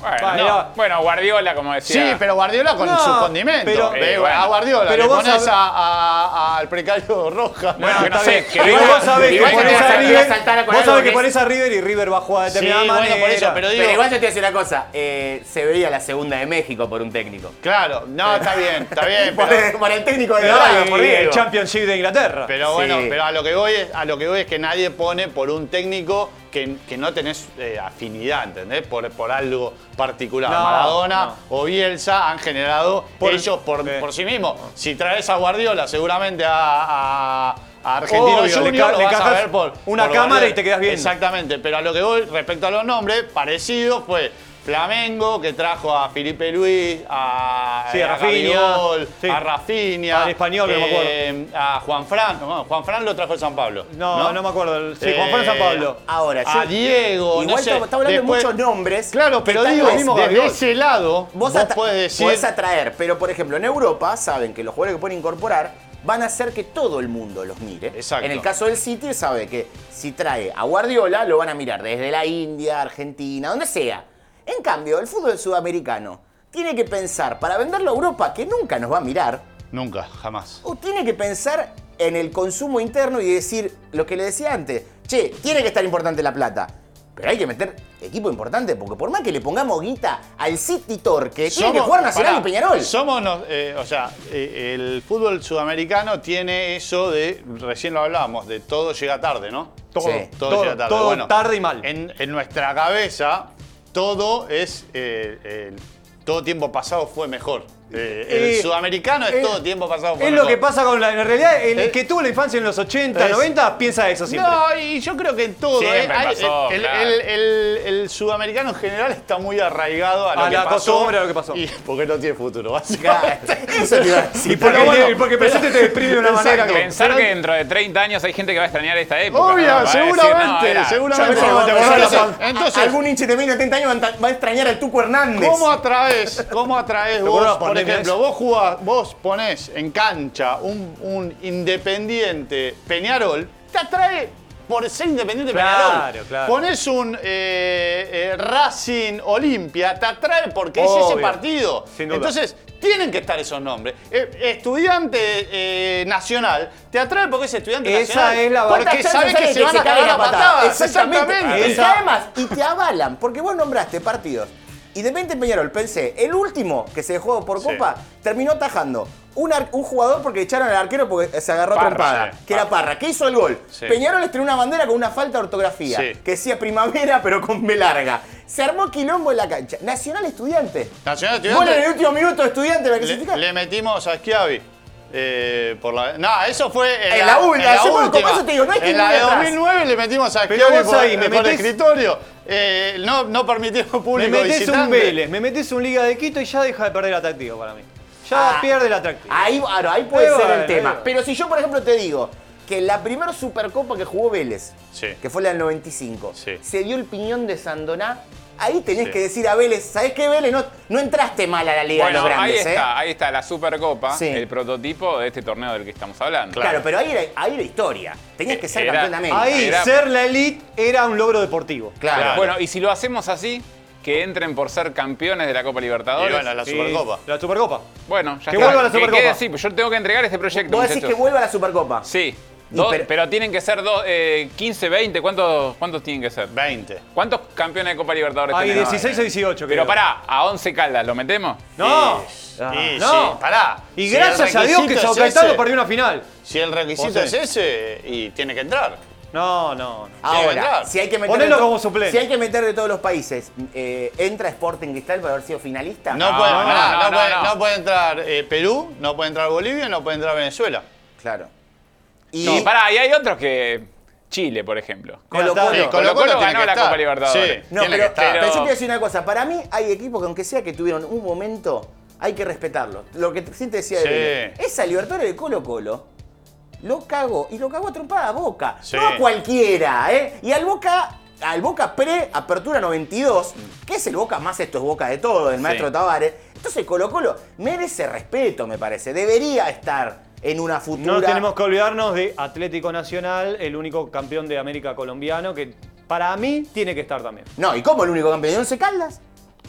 Speaker 3: Bueno,
Speaker 4: vale,
Speaker 3: no.
Speaker 4: va.
Speaker 3: Bueno, Guardiola, como
Speaker 2: Sí,
Speaker 3: decía.
Speaker 2: pero Guardiola con
Speaker 4: No,
Speaker 2: sus condimentos.
Speaker 4: pero-
Speaker 2: Eh,
Speaker 3: eh, bueno.
Speaker 2: a Guardiola
Speaker 4: Pero
Speaker 2: le
Speaker 4: vos
Speaker 2: pones
Speaker 4: sab-
Speaker 2: a- a- a- al precario Roja.
Speaker 3: Bueno, que no
Speaker 4: Está
Speaker 3: sé,
Speaker 4: bien.
Speaker 3: que
Speaker 4: Pero
Speaker 3: River-
Speaker 4: vos sabés que
Speaker 1: igual
Speaker 4: pones
Speaker 1: te vas
Speaker 4: a
Speaker 1: a- te vas a saltar
Speaker 4: River.
Speaker 1: con
Speaker 4: Vos
Speaker 1: algo
Speaker 4: sabés que
Speaker 1: que
Speaker 4: pones a River y River va a jugar de
Speaker 2: sí,
Speaker 4: determinada
Speaker 2: bueno,
Speaker 4: manera.
Speaker 2: por eso, pero digo...
Speaker 1: Pero igual yo te voy a decir una cosa, eh, se veía la segunda de México por un técnico.
Speaker 2: Claro, no, está bien, está bien.
Speaker 1: Por, el,
Speaker 2: pero,
Speaker 1: por el técnico de
Speaker 4: Pero
Speaker 1: Dorado,
Speaker 4: hay
Speaker 1: por
Speaker 4: el
Speaker 1: Diego.
Speaker 4: Championship de Inglaterra.
Speaker 2: pero
Speaker 1: Sí.
Speaker 2: bueno, pero a lo que voy es, a lo que voy es que nadie pone por un técnico que, que no tenés eh, afinidad, ¿entendés? Por, por algo particular.
Speaker 4: No,
Speaker 2: Maradona o Bielsa han generado
Speaker 4: Por-
Speaker 2: ellos por,
Speaker 4: eh.
Speaker 2: por sí mismos. Si traes a Guardiola, seguramente a. a- a Argentino
Speaker 4: Obvio, le
Speaker 2: Junior
Speaker 4: ca-
Speaker 2: lo
Speaker 4: Oh, le
Speaker 2: vas a
Speaker 4: cazás
Speaker 2: ver por
Speaker 4: una
Speaker 2: por
Speaker 4: cámara
Speaker 2: Guardiola.
Speaker 4: y te quedás viendo.
Speaker 2: Exactamente, pero a lo que voy respecto a los nombres, parecido fue Flamengo, que trajo a Felipe Luis, a,
Speaker 4: Sí, a
Speaker 2: eh,
Speaker 4: Rafinha,
Speaker 2: Gabigol,
Speaker 4: sí.
Speaker 2: a Rafinha,
Speaker 4: Al español, que no me acuerdo.
Speaker 2: eh, a Juan Fran, no, Juan Fran lo trajo el San Pablo.
Speaker 4: No, no, me acuerdo. Sí, Juan Fran
Speaker 2: Eh,
Speaker 4: San Pablo.
Speaker 1: Ahora,
Speaker 2: a
Speaker 1: yo-
Speaker 2: Diego,
Speaker 1: Igual
Speaker 2: no sé,
Speaker 1: estamos estamos hablando
Speaker 2: después-
Speaker 1: de muchos nombres.
Speaker 2: Claro,
Speaker 1: que
Speaker 2: pero
Speaker 1: tal
Speaker 2: digo,
Speaker 1: vez
Speaker 2: mismo
Speaker 1: desde
Speaker 2: desde ese lado, vos,
Speaker 1: Vos, atra-
Speaker 2: puedes decir,
Speaker 1: podés atraer, pero por ejemplo, en Europa saben que los jugadores que pueden incorporar van a hacer que todo el mundo los mire.
Speaker 2: Exacto.
Speaker 1: En el caso del City sabe que si trae a Guardiola lo van a mirar desde la India, Argentina, donde sea. En cambio, el fútbol sudamericano tiene que pensar para venderlo a Europa que nunca nos va a mirar
Speaker 2: nunca, jamás.
Speaker 1: o tiene que pensar en el consumo interno y decir lo que le decía antes. Che, tiene que estar importante la plata. Pero hay que meter equipo importante, porque por más que le pongamos guita al City Torque, tiene que
Speaker 2: Somos-
Speaker 1: jugar Nacional
Speaker 2: pará,
Speaker 1: y Peñarol.
Speaker 2: Somos, nos- eh, o sea, eh, el fútbol sudamericano tiene eso de, recién lo hablábamos, de todo llega tarde, ¿no?
Speaker 4: Todo,
Speaker 1: Sí.
Speaker 2: Todo,
Speaker 4: todo,
Speaker 2: llega tarde.
Speaker 4: todo
Speaker 2: Bueno,
Speaker 4: tarde y mal.
Speaker 2: En, en nuestra cabeza, todo es. eh, eh, todo tiempo pasado fue mejor. Eh, el
Speaker 4: Eh,
Speaker 2: sudamericano es
Speaker 4: eh,
Speaker 2: todo tiempo pasado fue
Speaker 4: Es
Speaker 2: mejor.
Speaker 4: lo que pasa con la. En realidad, el
Speaker 2: Eh,
Speaker 4: que tuvo la infancia en los 80,
Speaker 2: es-
Speaker 4: 90, piensa eso siempre.
Speaker 2: No, y yo creo que en todo.
Speaker 3: Siempre
Speaker 2: eh, hay-
Speaker 3: pasó,
Speaker 2: el,
Speaker 3: claro.
Speaker 2: el- el- el sudamericano en general está muy arraigado a lo
Speaker 4: A
Speaker 2: que
Speaker 4: la
Speaker 2: pasó.
Speaker 4: costumbre, a lo que pasó.
Speaker 2: Y porque no tiene futuro,
Speaker 1: Ya,
Speaker 2: básicamente.
Speaker 1: Eso te iba a decir.
Speaker 4: Y porque,
Speaker 2: Pero bueno,
Speaker 4: y porque presente te deprime de una
Speaker 2: exacto.
Speaker 4: manera que.
Speaker 3: Pensar
Speaker 2: pero-
Speaker 3: que dentro de 30 años hay gente que va a extrañar esta época. ¿no? Va a
Speaker 2: Obvio,
Speaker 3: decir, no,
Speaker 2: seguramente,
Speaker 3: era-
Speaker 2: seguramente.
Speaker 1: Yo me
Speaker 2: ¿Te
Speaker 1: acuerdo,
Speaker 2: acordás?
Speaker 1: entonces,
Speaker 2: Entonces,
Speaker 1: algún hinche de 70 años va a- va a extrañar al Tuco Hernández.
Speaker 2: ¿Cómo atraes, cómo atraes
Speaker 4: acuerdo
Speaker 2: vos,
Speaker 4: la
Speaker 2: por
Speaker 4: pandemia
Speaker 2: ejemplo,
Speaker 4: esa?
Speaker 2: vos jugás, vos ponés en cancha un, un independiente Peñarol, te atrae por ser independiente
Speaker 4: Claro,
Speaker 2: Peñarol.
Speaker 4: claro.
Speaker 2: Ponés un eh, eh, Racing Olimpia, te atrae porque es ese
Speaker 4: Obvio.
Speaker 2: partido.
Speaker 4: Sin duda.
Speaker 2: Entonces, tienen que estar esos nombres. Eh, estudiante eh, nacional, te atrae porque es estudiante
Speaker 4: Esa
Speaker 2: nacional.
Speaker 4: es la verdad.
Speaker 2: Porque
Speaker 1: ¿Cuántas
Speaker 2: sabes
Speaker 1: chances
Speaker 2: que
Speaker 1: hay
Speaker 2: se van a
Speaker 1: caiga
Speaker 2: cagar a
Speaker 1: la patada?
Speaker 2: patadas.
Speaker 1: Exactamente. Y
Speaker 4: Esa-
Speaker 1: cae más, y te avalan, porque vos nombraste partidos. Y de repente Peñarol, pensé, el último que se dejó por
Speaker 2: Sí.
Speaker 1: copa terminó tajando un, ar- un jugador porque echaron al arquero porque se agarró a
Speaker 2: Parra,
Speaker 1: trompada,
Speaker 2: sí,
Speaker 1: que era Parra, que hizo el gol.
Speaker 2: Sí.
Speaker 1: Peñarol estrenó una bandera con una falta de ortografía,
Speaker 2: Sí.
Speaker 1: que decía primavera pero con B larga. Se armó quilombo en la cancha. Nacional Estudiante.
Speaker 2: Nacional
Speaker 1: Gol
Speaker 2: Estudiante.
Speaker 1: en el último minuto, Estudiante, ¿me clasifica?
Speaker 2: Le, le metimos a Schiavi. eh, por la, no, eso fue
Speaker 1: En la última, se fue, como eso te digo, no es que
Speaker 2: en la de
Speaker 1: viene atrás.
Speaker 2: 2009 le metimos a
Speaker 4: Pero
Speaker 2: Schiavi
Speaker 4: vos
Speaker 2: por,
Speaker 4: ahí, me
Speaker 2: por el
Speaker 4: metés-
Speaker 2: escritorio. Eh, no, no permitimos
Speaker 4: Me
Speaker 2: público
Speaker 4: metes un
Speaker 2: visitante.
Speaker 4: Vélez, me metes un Liga de Quito y ya deja de perder atractivo para mí. Ya
Speaker 1: Ah,
Speaker 4: pierde el atractivo.
Speaker 1: Ahí, claro, ahí puede
Speaker 4: Ahí
Speaker 1: ser
Speaker 4: va,
Speaker 1: el
Speaker 4: ahí
Speaker 1: tema.
Speaker 4: va.
Speaker 1: Pero si yo, por ejemplo, te digo que la primera Supercopa que jugó Vélez,
Speaker 2: Sí.
Speaker 1: que fue la del 95,
Speaker 2: Sí.
Speaker 1: se dio el piñón de Sandoná, ahí tenés
Speaker 2: Sí.
Speaker 1: que decir a Vélez, ¿sabés qué, Vélez? No, no entraste mal a la Liga
Speaker 3: Bueno,
Speaker 1: de los
Speaker 3: ahí
Speaker 1: Grandes, ¿eh?
Speaker 3: está, ahí está la Supercopa,
Speaker 1: Sí.
Speaker 3: el prototipo de este torneo del que estamos hablando.
Speaker 1: Claro, pero ahí era, ahí era historia. Tenías que ser
Speaker 3: Era-
Speaker 1: campeón de América.
Speaker 4: Ahí,
Speaker 3: Era-
Speaker 4: ser la elite era un logro deportivo.
Speaker 1: Claro.
Speaker 2: Claro.
Speaker 3: Bueno, y si lo hacemos así, que entren por ser campeones de la Copa Libertadores.
Speaker 2: Y bueno, la
Speaker 4: Sí,
Speaker 2: Supercopa.
Speaker 4: La Supercopa.
Speaker 3: Bueno, ya
Speaker 4: Que
Speaker 3: está.
Speaker 4: vuelva la
Speaker 3: Que
Speaker 4: Supercopa.
Speaker 3: quede así, pues yo tengo que entregar este proyecto,
Speaker 1: Vos decís
Speaker 3: muchachos.
Speaker 1: que vuelva a la Supercopa.
Speaker 3: Sí.
Speaker 1: Y
Speaker 3: Dos-
Speaker 1: pero-
Speaker 3: pero... tienen que ser dos, eh, 15, 20, ¿cuántos, ¿cuántos tienen que ser?
Speaker 2: 20.
Speaker 3: ¿Cuántos campeones de Copa Libertadores
Speaker 4: Hay
Speaker 3: tenemos?
Speaker 4: 16 o 18,
Speaker 3: Pero
Speaker 4: creo.
Speaker 3: pará, a 11 caldas, ¿lo metemos?
Speaker 4: No.
Speaker 2: Y
Speaker 4: no.
Speaker 2: sí, pará.
Speaker 4: Y
Speaker 2: Si el
Speaker 4: gracias a Dios que
Speaker 2: requisito
Speaker 4: Sao
Speaker 2: es
Speaker 4: Caetano
Speaker 2: ese,
Speaker 4: perdió una final.
Speaker 2: Si el
Speaker 4: Vos
Speaker 2: requisito
Speaker 4: sabés.
Speaker 2: es ese, y tiene que entrar.
Speaker 4: No, no, no.
Speaker 2: Tiene que
Speaker 1: Ahora,
Speaker 2: entrar.
Speaker 1: si hay que meter.
Speaker 4: Ponelo
Speaker 1: de to-
Speaker 4: como suplente.
Speaker 1: Si hay que meter de todos los países, eh, ¿entra Sporting Cristal para haber sido finalista? Ah,
Speaker 2: No,
Speaker 3: No,
Speaker 2: puede,
Speaker 3: no,
Speaker 2: pará,
Speaker 3: no,
Speaker 2: no
Speaker 3: no,
Speaker 2: puede-
Speaker 3: no.
Speaker 2: no puede entrar eh, Perú, no puede entrar Bolivia, no puede entrar Venezuela.
Speaker 1: Claro.
Speaker 3: Y pará, y hay otros que. Chile, por ejemplo.
Speaker 1: Colo
Speaker 4: Mira, está-
Speaker 1: Colo.
Speaker 2: Sí,
Speaker 3: Colo Colo
Speaker 2: tiene
Speaker 3: ganó
Speaker 2: que
Speaker 3: la
Speaker 2: estar.
Speaker 3: Copa Libertadores.
Speaker 2: Sí,
Speaker 1: No,
Speaker 2: tiene
Speaker 1: pero,
Speaker 2: que estar.
Speaker 1: pero yo te voy a decir una cosa. Para mí hay equipos que aunque sea que tuvieron un momento, hay que respetarlo. Lo que sí te decía de
Speaker 2: Sí.
Speaker 1: Vélez. Esa Libertadores de Colo Colo lo cagó y lo cagó a trompada a Boca.
Speaker 2: Sí.
Speaker 1: No a cualquiera, ¿eh? Y al Boca... Al Boca pre-apertura 92, que es el Boca más esto es Boca de todo, del maestro
Speaker 3: Sí.
Speaker 1: Tavares. Entonces Colo Colo merece respeto, me parece. Debería estar en una futura...
Speaker 4: No tenemos que olvidarnos de Atlético Nacional, el único campeón de América colombiano, que para mí tiene que estar también.
Speaker 1: No, ¿y cómo el único campeón de Once Caldas?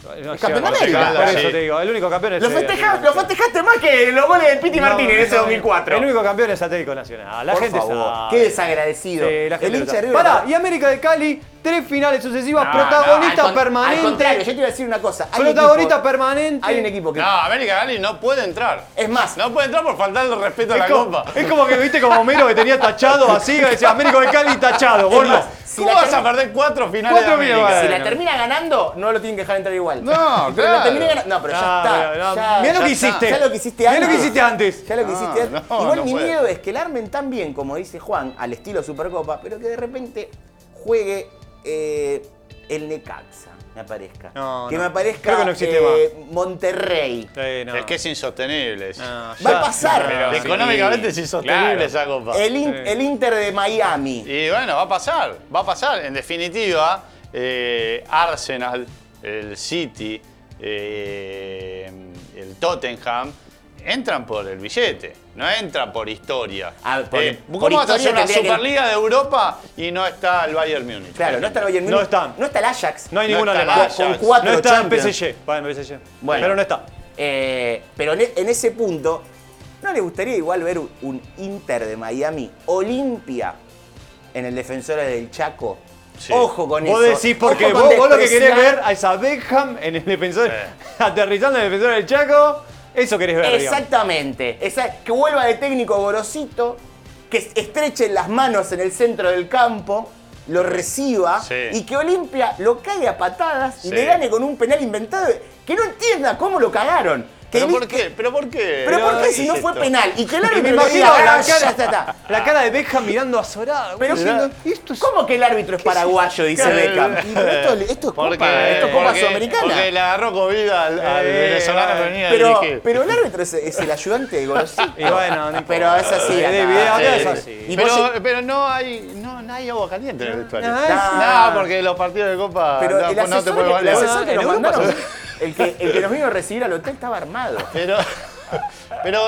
Speaker 4: No,
Speaker 1: campeón
Speaker 4: llega
Speaker 1: de
Speaker 4: América,
Speaker 1: América.
Speaker 4: Por eso
Speaker 2: Sí.
Speaker 4: te digo, el único campeón es
Speaker 1: Lo
Speaker 4: el
Speaker 1: festejaste,
Speaker 4: Atlético
Speaker 1: lo festejaste más que los goles del Piti
Speaker 4: Nacional.
Speaker 1: Martínez en ese
Speaker 4: No,
Speaker 1: 2004.
Speaker 4: El único campeón es Atlético Nacional. La
Speaker 1: Por
Speaker 4: gente
Speaker 1: favor,
Speaker 4: sabe.
Speaker 1: qué desagradecido.
Speaker 4: Sí, la gente
Speaker 1: el
Speaker 4: lo
Speaker 1: hincha de
Speaker 4: sabe.
Speaker 1: River
Speaker 4: Pará,
Speaker 1: Plate-
Speaker 4: y América de Cali, tres finales sucesivas,
Speaker 3: No,
Speaker 1: Al con-
Speaker 4: protagonista
Speaker 1: Al contrario, yo
Speaker 4: permanente.
Speaker 1: te iba a decir una cosa. Hay
Speaker 4: Protagonista
Speaker 1: equipo-
Speaker 4: permanente.
Speaker 1: Hay un equipo que.
Speaker 2: No, América Gali no puede entrar.
Speaker 1: Es más,
Speaker 2: No puede entrar por faltar el respeto a
Speaker 4: Es
Speaker 2: la
Speaker 4: como,
Speaker 2: copa.
Speaker 4: es como que viste como Homero que tenía tachado así, que decía América de Cali tachado, gordo.
Speaker 1: más, si
Speaker 2: ¿Cómo
Speaker 1: la
Speaker 2: vas
Speaker 1: termi-
Speaker 2: a perder cuatro finales?
Speaker 4: Cuatro
Speaker 2: de
Speaker 4: finales.
Speaker 2: América?
Speaker 1: si
Speaker 4: bueno.
Speaker 1: la termina ganando, no lo tienen que dejar entrar igual.
Speaker 2: No,
Speaker 1: Si
Speaker 2: claro.
Speaker 1: la termina ganando- no, pero ya
Speaker 4: Ah,
Speaker 1: está.
Speaker 4: no,
Speaker 1: ya-
Speaker 4: mirá lo
Speaker 1: ya
Speaker 4: que
Speaker 1: está.
Speaker 4: hiciste.
Speaker 1: Ya lo que hiciste
Speaker 4: Mirá lo
Speaker 1: antes.
Speaker 4: que hiciste antes.
Speaker 1: Ya lo que
Speaker 2: No,
Speaker 1: hiciste antes.
Speaker 2: no,
Speaker 1: Igual
Speaker 2: no
Speaker 1: mi
Speaker 2: puede.
Speaker 1: miedo es que la armen tan bien, como dice Juan, al estilo Supercopa, pero que de repente juegue eh, el Necaxa me aparezca.
Speaker 4: No,
Speaker 1: que
Speaker 4: no.
Speaker 1: me aparezca eh,
Speaker 4: Creo que no existe
Speaker 1: Monterrey.
Speaker 4: Sí, no.
Speaker 2: Es que es insostenible. eso.
Speaker 4: No, ya-
Speaker 1: Va a pasar.
Speaker 3: pero- sí.
Speaker 2: Económicamente es insostenible
Speaker 3: Claro.
Speaker 2: esa copa.
Speaker 1: El, in- el Inter de Miami.
Speaker 2: Y bueno, va a pasar, va a pasar. En definitiva, eh, Arsenal, el City, eh, el Tottenham entran por el billete, no entran por historia. Eh,
Speaker 1: Ah, por-
Speaker 2: ¿Cómo
Speaker 1: por
Speaker 2: vas a hacer
Speaker 1: historia
Speaker 2: una
Speaker 1: tendría que-
Speaker 2: Superliga de Europa y no está el Bayern Múnich?
Speaker 1: Claro, no está el Bayern
Speaker 4: No
Speaker 1: Múnich,
Speaker 4: están.
Speaker 1: No está el Ajax.
Speaker 4: No hay
Speaker 2: No
Speaker 4: ningún
Speaker 2: está
Speaker 4: alemán.
Speaker 2: nada,
Speaker 1: con
Speaker 2: ya-
Speaker 1: cuatro
Speaker 4: no está
Speaker 1: Champions.
Speaker 4: en PSG. Va en PSG.
Speaker 1: Bueno.
Speaker 4: Pero no está.
Speaker 1: Eh, pero en, en ese punto, ¿no le gustaría igual ver un, un Inter de Miami Olimpia en el Defensores del Chaco?
Speaker 2: Sí.
Speaker 1: Ojo con
Speaker 4: Vos
Speaker 1: eso.
Speaker 4: decís porque
Speaker 1: Ojo
Speaker 4: vos,
Speaker 1: con
Speaker 4: vos lo que querés
Speaker 1: despreciar-
Speaker 4: ver a esa Beckham en el defensor,
Speaker 2: Eh.
Speaker 4: aterrizando en el defensor del Chaco, eso querés ver. digamos.
Speaker 1: Exactamente. Esa- que vuelva de técnico Gorosito, que es- estreche las manos en el centro del campo, lo reciba
Speaker 2: Sí.
Speaker 1: y que Olimpia lo caiga a patadas y
Speaker 2: Sí.
Speaker 1: le gane con un penal inventado. Que no entienda cómo lo cagaron. Que
Speaker 2: ¿Pero
Speaker 1: vi-
Speaker 2: por
Speaker 1: que-
Speaker 2: qué? ¿Pero por qué?
Speaker 1: ¿Pero por qué si no
Speaker 2: es
Speaker 1: fue
Speaker 2: esto?
Speaker 1: penal? Y que el árbitro
Speaker 4: Y me
Speaker 1: le
Speaker 4: imagino
Speaker 1: diga,
Speaker 4: la
Speaker 1: "Ah, ya está,
Speaker 4: cara,
Speaker 1: está".
Speaker 4: la cara de Beckham mirando azorado.
Speaker 1: Pero
Speaker 4: ¿verdad?
Speaker 1: si no- ¿Cómo que el árbitro es paraguayo? Dice
Speaker 2: Claro.
Speaker 1: Beckham. Y, pero esto, esto es
Speaker 2: Porque-
Speaker 1: Copa, esto es Copa
Speaker 2: porque-
Speaker 1: Sudamericana.
Speaker 2: Porque le agarró COVID al, al
Speaker 4: Eh,
Speaker 2: venezolano que venía a
Speaker 1: Pero,
Speaker 2: dirigir.
Speaker 1: pero el árbitro es, es el ayudante de Gorosito.
Speaker 4: Y bueno, no importa.
Speaker 1: Pero es así,
Speaker 4: Eh,
Speaker 1: acá.
Speaker 4: David, acá
Speaker 2: Ah,
Speaker 1: Sí,
Speaker 4: es
Speaker 1: sí.
Speaker 4: así.
Speaker 1: Y
Speaker 2: pero,
Speaker 1: vos-
Speaker 2: pero no hay no, no hay agua caliente en el vestuario.
Speaker 4: no
Speaker 2: No,
Speaker 4: hay-
Speaker 2: porque los partidos de Copa
Speaker 1: Pero
Speaker 2: no,
Speaker 1: el
Speaker 2: pues no
Speaker 1: asesor,
Speaker 2: te puede
Speaker 1: que- el
Speaker 2: valer.
Speaker 1: asesor que
Speaker 4: En
Speaker 1: nos
Speaker 4: Europa
Speaker 1: mandaron, el que, el que nos vino a recibir al hotel estaba armado.
Speaker 2: Pero, pero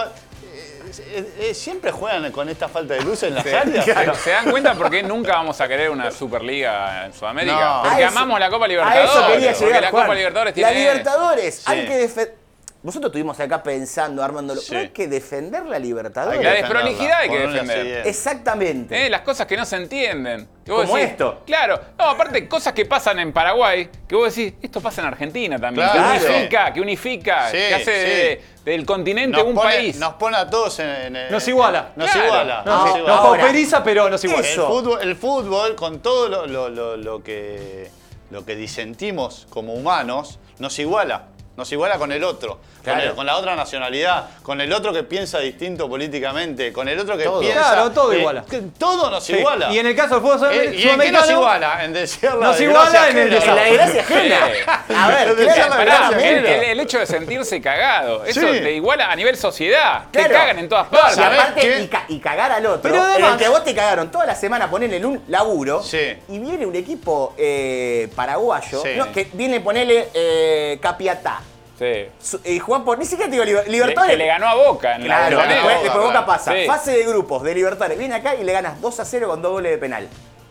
Speaker 2: eh, eh, siempre juegan con esta falta de luz en las áreas.
Speaker 3: Pero, ¿Se dan cuenta por qué nunca vamos a querer una Superliga en Sudamérica?
Speaker 2: No.
Speaker 3: Porque
Speaker 1: A eso-
Speaker 3: amamos la Copa
Speaker 1: A
Speaker 3: Libertadores.
Speaker 1: eso quería
Speaker 3: porque
Speaker 1: llegar,
Speaker 3: la
Speaker 1: Juan.
Speaker 3: Copa Libertadores
Speaker 1: La
Speaker 3: tiene.
Speaker 1: Libertadores, hay
Speaker 2: Sí.
Speaker 1: que defender... Nosotros estuvimos acá pensando, armándolo,
Speaker 2: Sí.
Speaker 1: pero hay que defender la Libertadores.
Speaker 2: Hay que
Speaker 3: La
Speaker 2: defenderla,
Speaker 3: desprolijidad hay que
Speaker 2: por una
Speaker 3: defender.
Speaker 2: siguiente.
Speaker 1: Exactamente.
Speaker 3: Eh, Las cosas que no se entienden. Que vos
Speaker 1: Como esto.
Speaker 3: Claro. No, aparte, cosas que pasan en Paraguay, que vos decís, esto pasa en Argentina también.
Speaker 2: Claro.
Speaker 3: Que unifica, que unifica,
Speaker 2: Sí,
Speaker 3: que hace de- del continente un
Speaker 2: pone,
Speaker 3: país.
Speaker 2: Nos pone a todos en. en- en-
Speaker 4: Nos iguala.
Speaker 2: Nos
Speaker 3: Claro.
Speaker 2: iguala.
Speaker 4: No,
Speaker 2: nos
Speaker 1: sí,
Speaker 4: nos
Speaker 2: iguala.
Speaker 1: Ah, ahora-
Speaker 4: pauperiza, pero nos iguala.
Speaker 2: el,
Speaker 1: eso.
Speaker 2: fútbol, el fútbol, con todo lo, lo- lo- lo que, lo que disentimos como humanos, nos iguala. Nos iguala con el otro,
Speaker 1: Claro.
Speaker 2: con, el- con la otra nacionalidad, con el otro que piensa distinto políticamente, con el otro que
Speaker 1: Todo.
Speaker 2: piensa.
Speaker 4: Claro, todo
Speaker 2: eh,
Speaker 4: iguala.
Speaker 2: que todo nos
Speaker 4: Sí.
Speaker 2: iguala.
Speaker 4: Y en el caso del fútbol
Speaker 2: Eh,
Speaker 4: sudamer-
Speaker 2: ¿Y en qué nos
Speaker 4: sudamericano,
Speaker 2: iguala? En decir la
Speaker 4: Nos
Speaker 2: desgracia
Speaker 4: iguala en el
Speaker 1: En
Speaker 2: ajena.
Speaker 1: la
Speaker 3: Eh,
Speaker 1: desgracia ajena. A ver,
Speaker 2: Pero decía
Speaker 1: claro,
Speaker 2: la verdad,
Speaker 1: claramente.
Speaker 3: el, el- el hecho de sentirse cagado, eso
Speaker 2: Sí.
Speaker 3: te iguala a nivel sociedad. Te
Speaker 1: Claro.
Speaker 3: cagan en todas
Speaker 1: No,
Speaker 3: partes.
Speaker 1: y aparte,
Speaker 2: ¿Sabés qué?
Speaker 1: y, ca- y cagar al otro.
Speaker 4: Pero
Speaker 1: Pero
Speaker 4: además-
Speaker 1: que a vos te cagaron toda la semana, ponerle en un laburo.
Speaker 2: Sí.
Speaker 1: Y viene un equipo eh, paraguayo.
Speaker 2: Sí.
Speaker 1: no, que viene, ponele eh, Capiatá.
Speaker 3: Sí.
Speaker 1: Su- eh, Juan por. Ni siquiera te digo Liber-
Speaker 3: Le,
Speaker 1: Libertadores.
Speaker 3: que le ganó a Boca en la
Speaker 1: Claro,
Speaker 2: Le ganó
Speaker 3: Bombonera.
Speaker 2: a
Speaker 1: después,
Speaker 2: Boca,
Speaker 1: después Boca
Speaker 2: claro.
Speaker 1: pasa.
Speaker 3: Sí.
Speaker 1: Fase de grupos de Libertadores. Viene acá y le ganas 2 a 0 con dos goles de penal.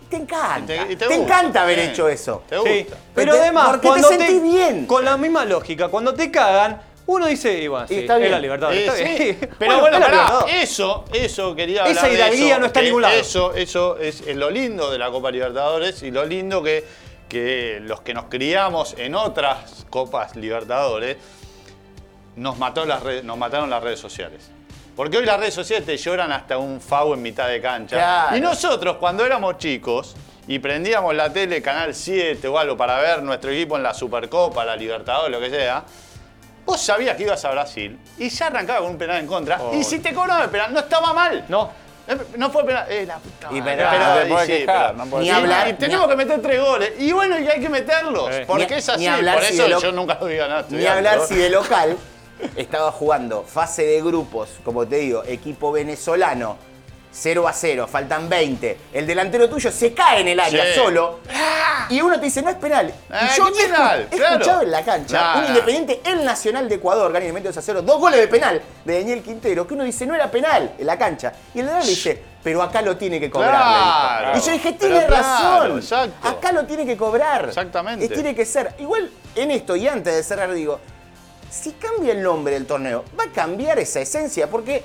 Speaker 1: Te encanta.
Speaker 2: Y y
Speaker 1: Te,
Speaker 2: gusta,
Speaker 1: encanta haber
Speaker 2: sí.
Speaker 1: hecho eso.
Speaker 2: Te
Speaker 4: Sí.
Speaker 2: gusta.
Speaker 4: Pero
Speaker 1: Te-
Speaker 4: además,
Speaker 1: porque te
Speaker 4: cuando
Speaker 1: sentís bien.
Speaker 4: Con la misma lógica, cuando te cagan, uno dice, y bueno, sí,
Speaker 1: está
Speaker 4: es
Speaker 1: bien.
Speaker 4: la libertad.
Speaker 2: Eh,
Speaker 4: está
Speaker 2: sí.
Speaker 4: bien.
Speaker 2: Pero bueno,
Speaker 4: es la
Speaker 2: pará,
Speaker 4: Libertadores.
Speaker 2: eso, eso quería hablar
Speaker 4: Esa
Speaker 2: de
Speaker 4: hidalguía
Speaker 2: eso,
Speaker 4: no está en
Speaker 2: que
Speaker 4: ningún lado.
Speaker 2: Eso, eso es lo lindo de la Copa Libertadores y lo lindo que, que los que nos criamos en otras Copas Libertadores nos, mató las redes- nos mataron las redes sociales. Porque hoy las redes sociales te lloran hasta un fau en mitad de cancha.
Speaker 1: Claro.
Speaker 2: Y nosotros, cuando éramos chicos y prendíamos la tele, Canal 7 o algo, para ver nuestro equipo en la Supercopa, la Libertadores, lo que sea, Vos sabías que ibas a Brasil y ya arrancaba con un penal en contra. Y si te cobraban el penal, no estaba mal.
Speaker 4: Oh. No.
Speaker 2: Eh, No fue penal. Eh, la puta
Speaker 1: Y
Speaker 2: madre.
Speaker 1: penal,
Speaker 2: Pero,
Speaker 3: te podés
Speaker 2: y sí,
Speaker 3: quejar,
Speaker 2: pero-
Speaker 3: no podés
Speaker 1: Ni
Speaker 2: y-
Speaker 1: quejar. hablar,
Speaker 2: Y
Speaker 1: ni
Speaker 2: tenemos que meter tres goles. Y bueno, y hay que meterlos.
Speaker 4: Eh.
Speaker 2: Porque
Speaker 1: Ni-
Speaker 2: es así.
Speaker 1: ni hablar
Speaker 2: Por
Speaker 1: si
Speaker 2: eso
Speaker 1: de lo-
Speaker 2: yo nunca lo digo nada.
Speaker 1: Ni hablar si de local estaba jugando fase de grupos, como te digo, equipo venezolano, 0 a 0, faltan 20. El delantero tuyo se cae en el área
Speaker 2: Sí.
Speaker 1: solo y uno te dice, no es penal. Y
Speaker 2: Ah,
Speaker 1: yo
Speaker 2: ¿qué
Speaker 1: he
Speaker 2: penal?
Speaker 1: escu- he
Speaker 2: Claro.
Speaker 1: escuchado en la cancha
Speaker 2: Nah,
Speaker 1: un
Speaker 2: nah.
Speaker 1: independiente, el Nacional de Ecuador, gana y le mete 2 a 0, dos goles de penal de Daniel Quintero, que uno dice, no era penal en la cancha. Y el delantero le dice, pero acá lo tiene que cobrar. le dijo.
Speaker 2: Claro.
Speaker 1: y yo dije,
Speaker 2: Pero
Speaker 1: tiene
Speaker 2: claro,
Speaker 1: razón.
Speaker 2: exacto.
Speaker 1: Acá lo tiene que cobrar.
Speaker 2: Exactamente.
Speaker 1: Y tiene que ser. Igual en esto y antes de cerrar digo, si cambia el nombre del torneo, va a cambiar esa esencia porque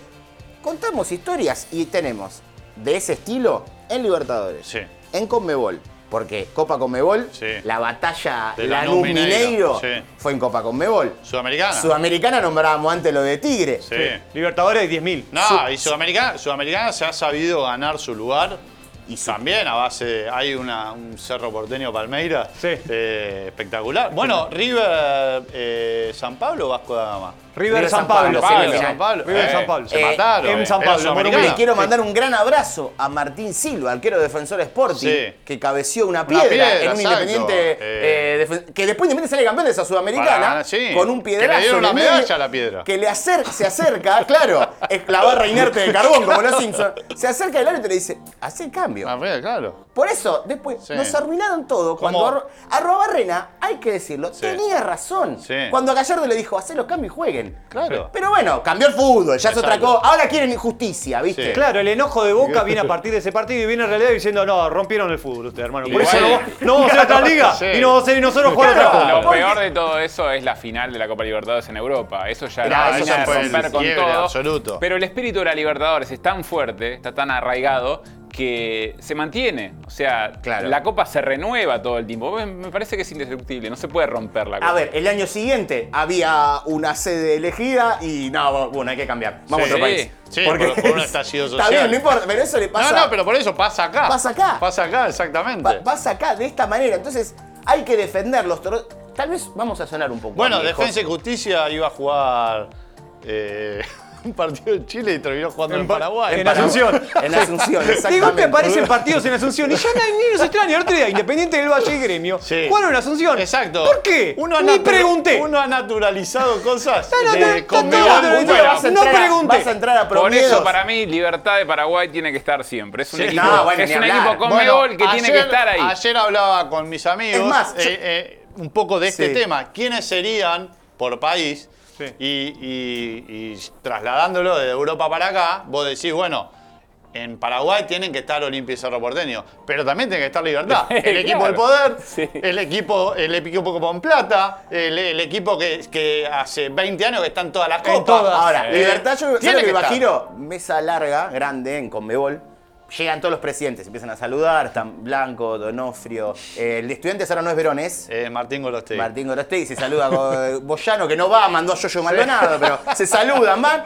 Speaker 1: contamos historias y tenemos de ese estilo en Libertadores,
Speaker 2: Sí.
Speaker 1: en Conmebol, porque Copa Conmebol,
Speaker 2: Sí.
Speaker 1: la batalla
Speaker 2: De
Speaker 1: Lanús
Speaker 2: Lanús
Speaker 1: Mineiro
Speaker 2: Mineiro, sí. Ah.
Speaker 1: fue en Copa Conmebol.
Speaker 2: Sudamericana.
Speaker 1: Sudamericana nombrábamos antes lo de Tigre.
Speaker 2: Sí.
Speaker 4: Libertadores 10.000.
Speaker 2: No, y Sudamericana, Sudamericana se ha sabido ganar su lugar.
Speaker 1: Y sí.
Speaker 2: También a base, hay una- un cerro porteño Palmeiras
Speaker 4: Sí.
Speaker 2: eh, espectacular. Bueno, River eh, San Pablo Vasco da Gama.
Speaker 4: River San Pablo.
Speaker 3: Pablo.
Speaker 4: semifinal.
Speaker 2: San Pablo.
Speaker 4: River San
Speaker 2: Eh,
Speaker 4: Pablo.
Speaker 2: Se
Speaker 1: Eh,
Speaker 2: mataron.
Speaker 4: en
Speaker 2: eh.
Speaker 4: San
Speaker 2: Era
Speaker 4: Pablo,
Speaker 1: Pero
Speaker 2: Sudamericana.
Speaker 1: le quiero mandar un gran abrazo a Martín Silva, arquero de defensor Sporting,
Speaker 2: Sí.
Speaker 1: que cabeció una piedra,
Speaker 2: piedra,
Speaker 1: en un
Speaker 2: exacto.
Speaker 1: Independiente.
Speaker 2: Eh.
Speaker 1: eh, defen- que después Independiente sale campeón de esa Sudamericana.
Speaker 2: Para- sí.
Speaker 1: Con un
Speaker 2: Que le
Speaker 1: piedrazo.
Speaker 2: dieron
Speaker 1: en
Speaker 2: una
Speaker 1: el medio,
Speaker 2: medalla a la piedra.
Speaker 1: Que le acer- se acerca, claro, es la barra inerte de carbón, como los Simpsons. Se acerca el árbitro y le dice: hace el cambio.
Speaker 2: Ah, mira, claro.
Speaker 1: Por eso, después,
Speaker 2: Sí.
Speaker 1: nos arruinaron todo.
Speaker 2: ¿Cómo?
Speaker 1: Cuando Arro- Arroba Barrena, hay que decirlo, tenía razón.
Speaker 2: Sí.
Speaker 1: Cuando a Gallardo le dijo, hacé los cambios y jueguen.
Speaker 2: Claro.
Speaker 1: Pero bueno, cambió el fútbol, ya es otra
Speaker 2: Exacto.
Speaker 1: cosa. Ahora quieren injusticia, ¿viste?
Speaker 2: Sí.
Speaker 4: Claro, el enojo de Boca viene a partir de ese partido y viene en realidad diciendo, no, rompieron el fútbol ustedes, hermano. Por
Speaker 2: Igual-
Speaker 4: eso no, no vamos a ser otra liga
Speaker 2: Sí.
Speaker 4: y no vamos a ser y nosotros jugar otra
Speaker 1: Claro.
Speaker 4: cosa.
Speaker 3: Lo
Speaker 1: Porque-
Speaker 3: peor de todo eso es la final de la Copa Libertadores en Europa. Eso ya
Speaker 1: Era-
Speaker 3: era
Speaker 1: eso ya fue el
Speaker 3: romper con
Speaker 2: quiebre
Speaker 3: todo.
Speaker 2: absoluto.
Speaker 3: Pero el espíritu de la Libertadores es tan fuerte, está tan arraigado, que se mantiene. O sea,
Speaker 1: Claro.
Speaker 3: la Copa se renueva todo el tiempo. Me- Me parece que es indestructible, no se puede romper la Copa.
Speaker 1: A ver, el año siguiente había una sede elegida y no, bueno, hay que cambiar. Vamos
Speaker 3: Sí.
Speaker 1: a otro país.
Speaker 2: Sí, por- por un estallido social.
Speaker 1: Está bien, no importa, pero eso le pasa.
Speaker 2: no, no, pero por eso pasa acá.
Speaker 1: Pasa acá.
Speaker 2: Pasa acá, exactamente.
Speaker 1: pa- pasa acá de esta manera. Entonces, hay que defender los toros. Tal vez vamos a sonar un poco.
Speaker 2: bueno,
Speaker 1: viejos.
Speaker 2: Defensa y Justicia iba a jugar eh, un partido en Chile y terminó jugando en,
Speaker 4: Pa-
Speaker 2: Paraguay.
Speaker 4: en Asunción.
Speaker 1: En Asunción,
Speaker 4: Digo que
Speaker 1: exactamente.
Speaker 4: aparecen partidos en Asunción y ya no hay ni nos extraña. El otro día, Independiente del Valle y Gremio.
Speaker 2: Sí.
Speaker 4: Jugaron en Asunción.
Speaker 2: Exacto.
Speaker 4: ¿Por qué?
Speaker 2: Uno ha
Speaker 4: ni
Speaker 2: natu-
Speaker 4: pregunté.
Speaker 2: Uno ha naturalizado cosas.
Speaker 4: No, no,
Speaker 2: de-
Speaker 4: no, está
Speaker 2: con
Speaker 4: todo
Speaker 2: Milán.
Speaker 4: naturalizado.
Speaker 2: Bueno,
Speaker 1: vas a
Speaker 4: no
Speaker 1: entrar a-
Speaker 4: pregunte.
Speaker 1: Vas a entrar a
Speaker 3: Por
Speaker 1: promiedos.
Speaker 3: eso, para mí, Libertad de Paraguay tiene que estar siempre. Es un
Speaker 1: Sí.
Speaker 3: equipo,
Speaker 1: No, bueno,
Speaker 3: es
Speaker 1: ni
Speaker 3: un
Speaker 1: hablar.
Speaker 3: equipo con
Speaker 2: Bueno,
Speaker 3: Mebol que tiene
Speaker 2: ayer-
Speaker 3: que estar ahí.
Speaker 2: Ayer hablaba con mis amigos
Speaker 1: Es más, yo-
Speaker 2: eh, eh, un poco de este
Speaker 1: Sí.
Speaker 2: tema. ¿Quiénes serían por país?
Speaker 4: Sí.
Speaker 2: Y, y- y trasladándolo de Europa para acá, vos decís, bueno, en Paraguay tienen que estar Olimpia y Cerro Porteño, pero también tiene que estar Libertad. El equipo
Speaker 3: Claro.
Speaker 2: del poder,
Speaker 3: Sí.
Speaker 2: el equipo el equipo con plata, el, el equipo que, que hace 20 años que está en todas las copas.
Speaker 4: todas.
Speaker 1: Ahora,
Speaker 2: Eh,
Speaker 1: Libertad, yo ¿sabes
Speaker 2: tiene
Speaker 1: lo que
Speaker 2: que estar.
Speaker 1: imagino, mesa larga, grande, en Conmebol. Llegan todos los presidentes, empiezan a saludar, están Blanco, Donofrio. eh, el estudiante ahora no es Verones.
Speaker 2: Eh, Martín Golostegui.
Speaker 1: Martín Gorostegui se saluda con eh, Boyano, que no va, mandó a Yoyo Maldonado, pero se saludan, van,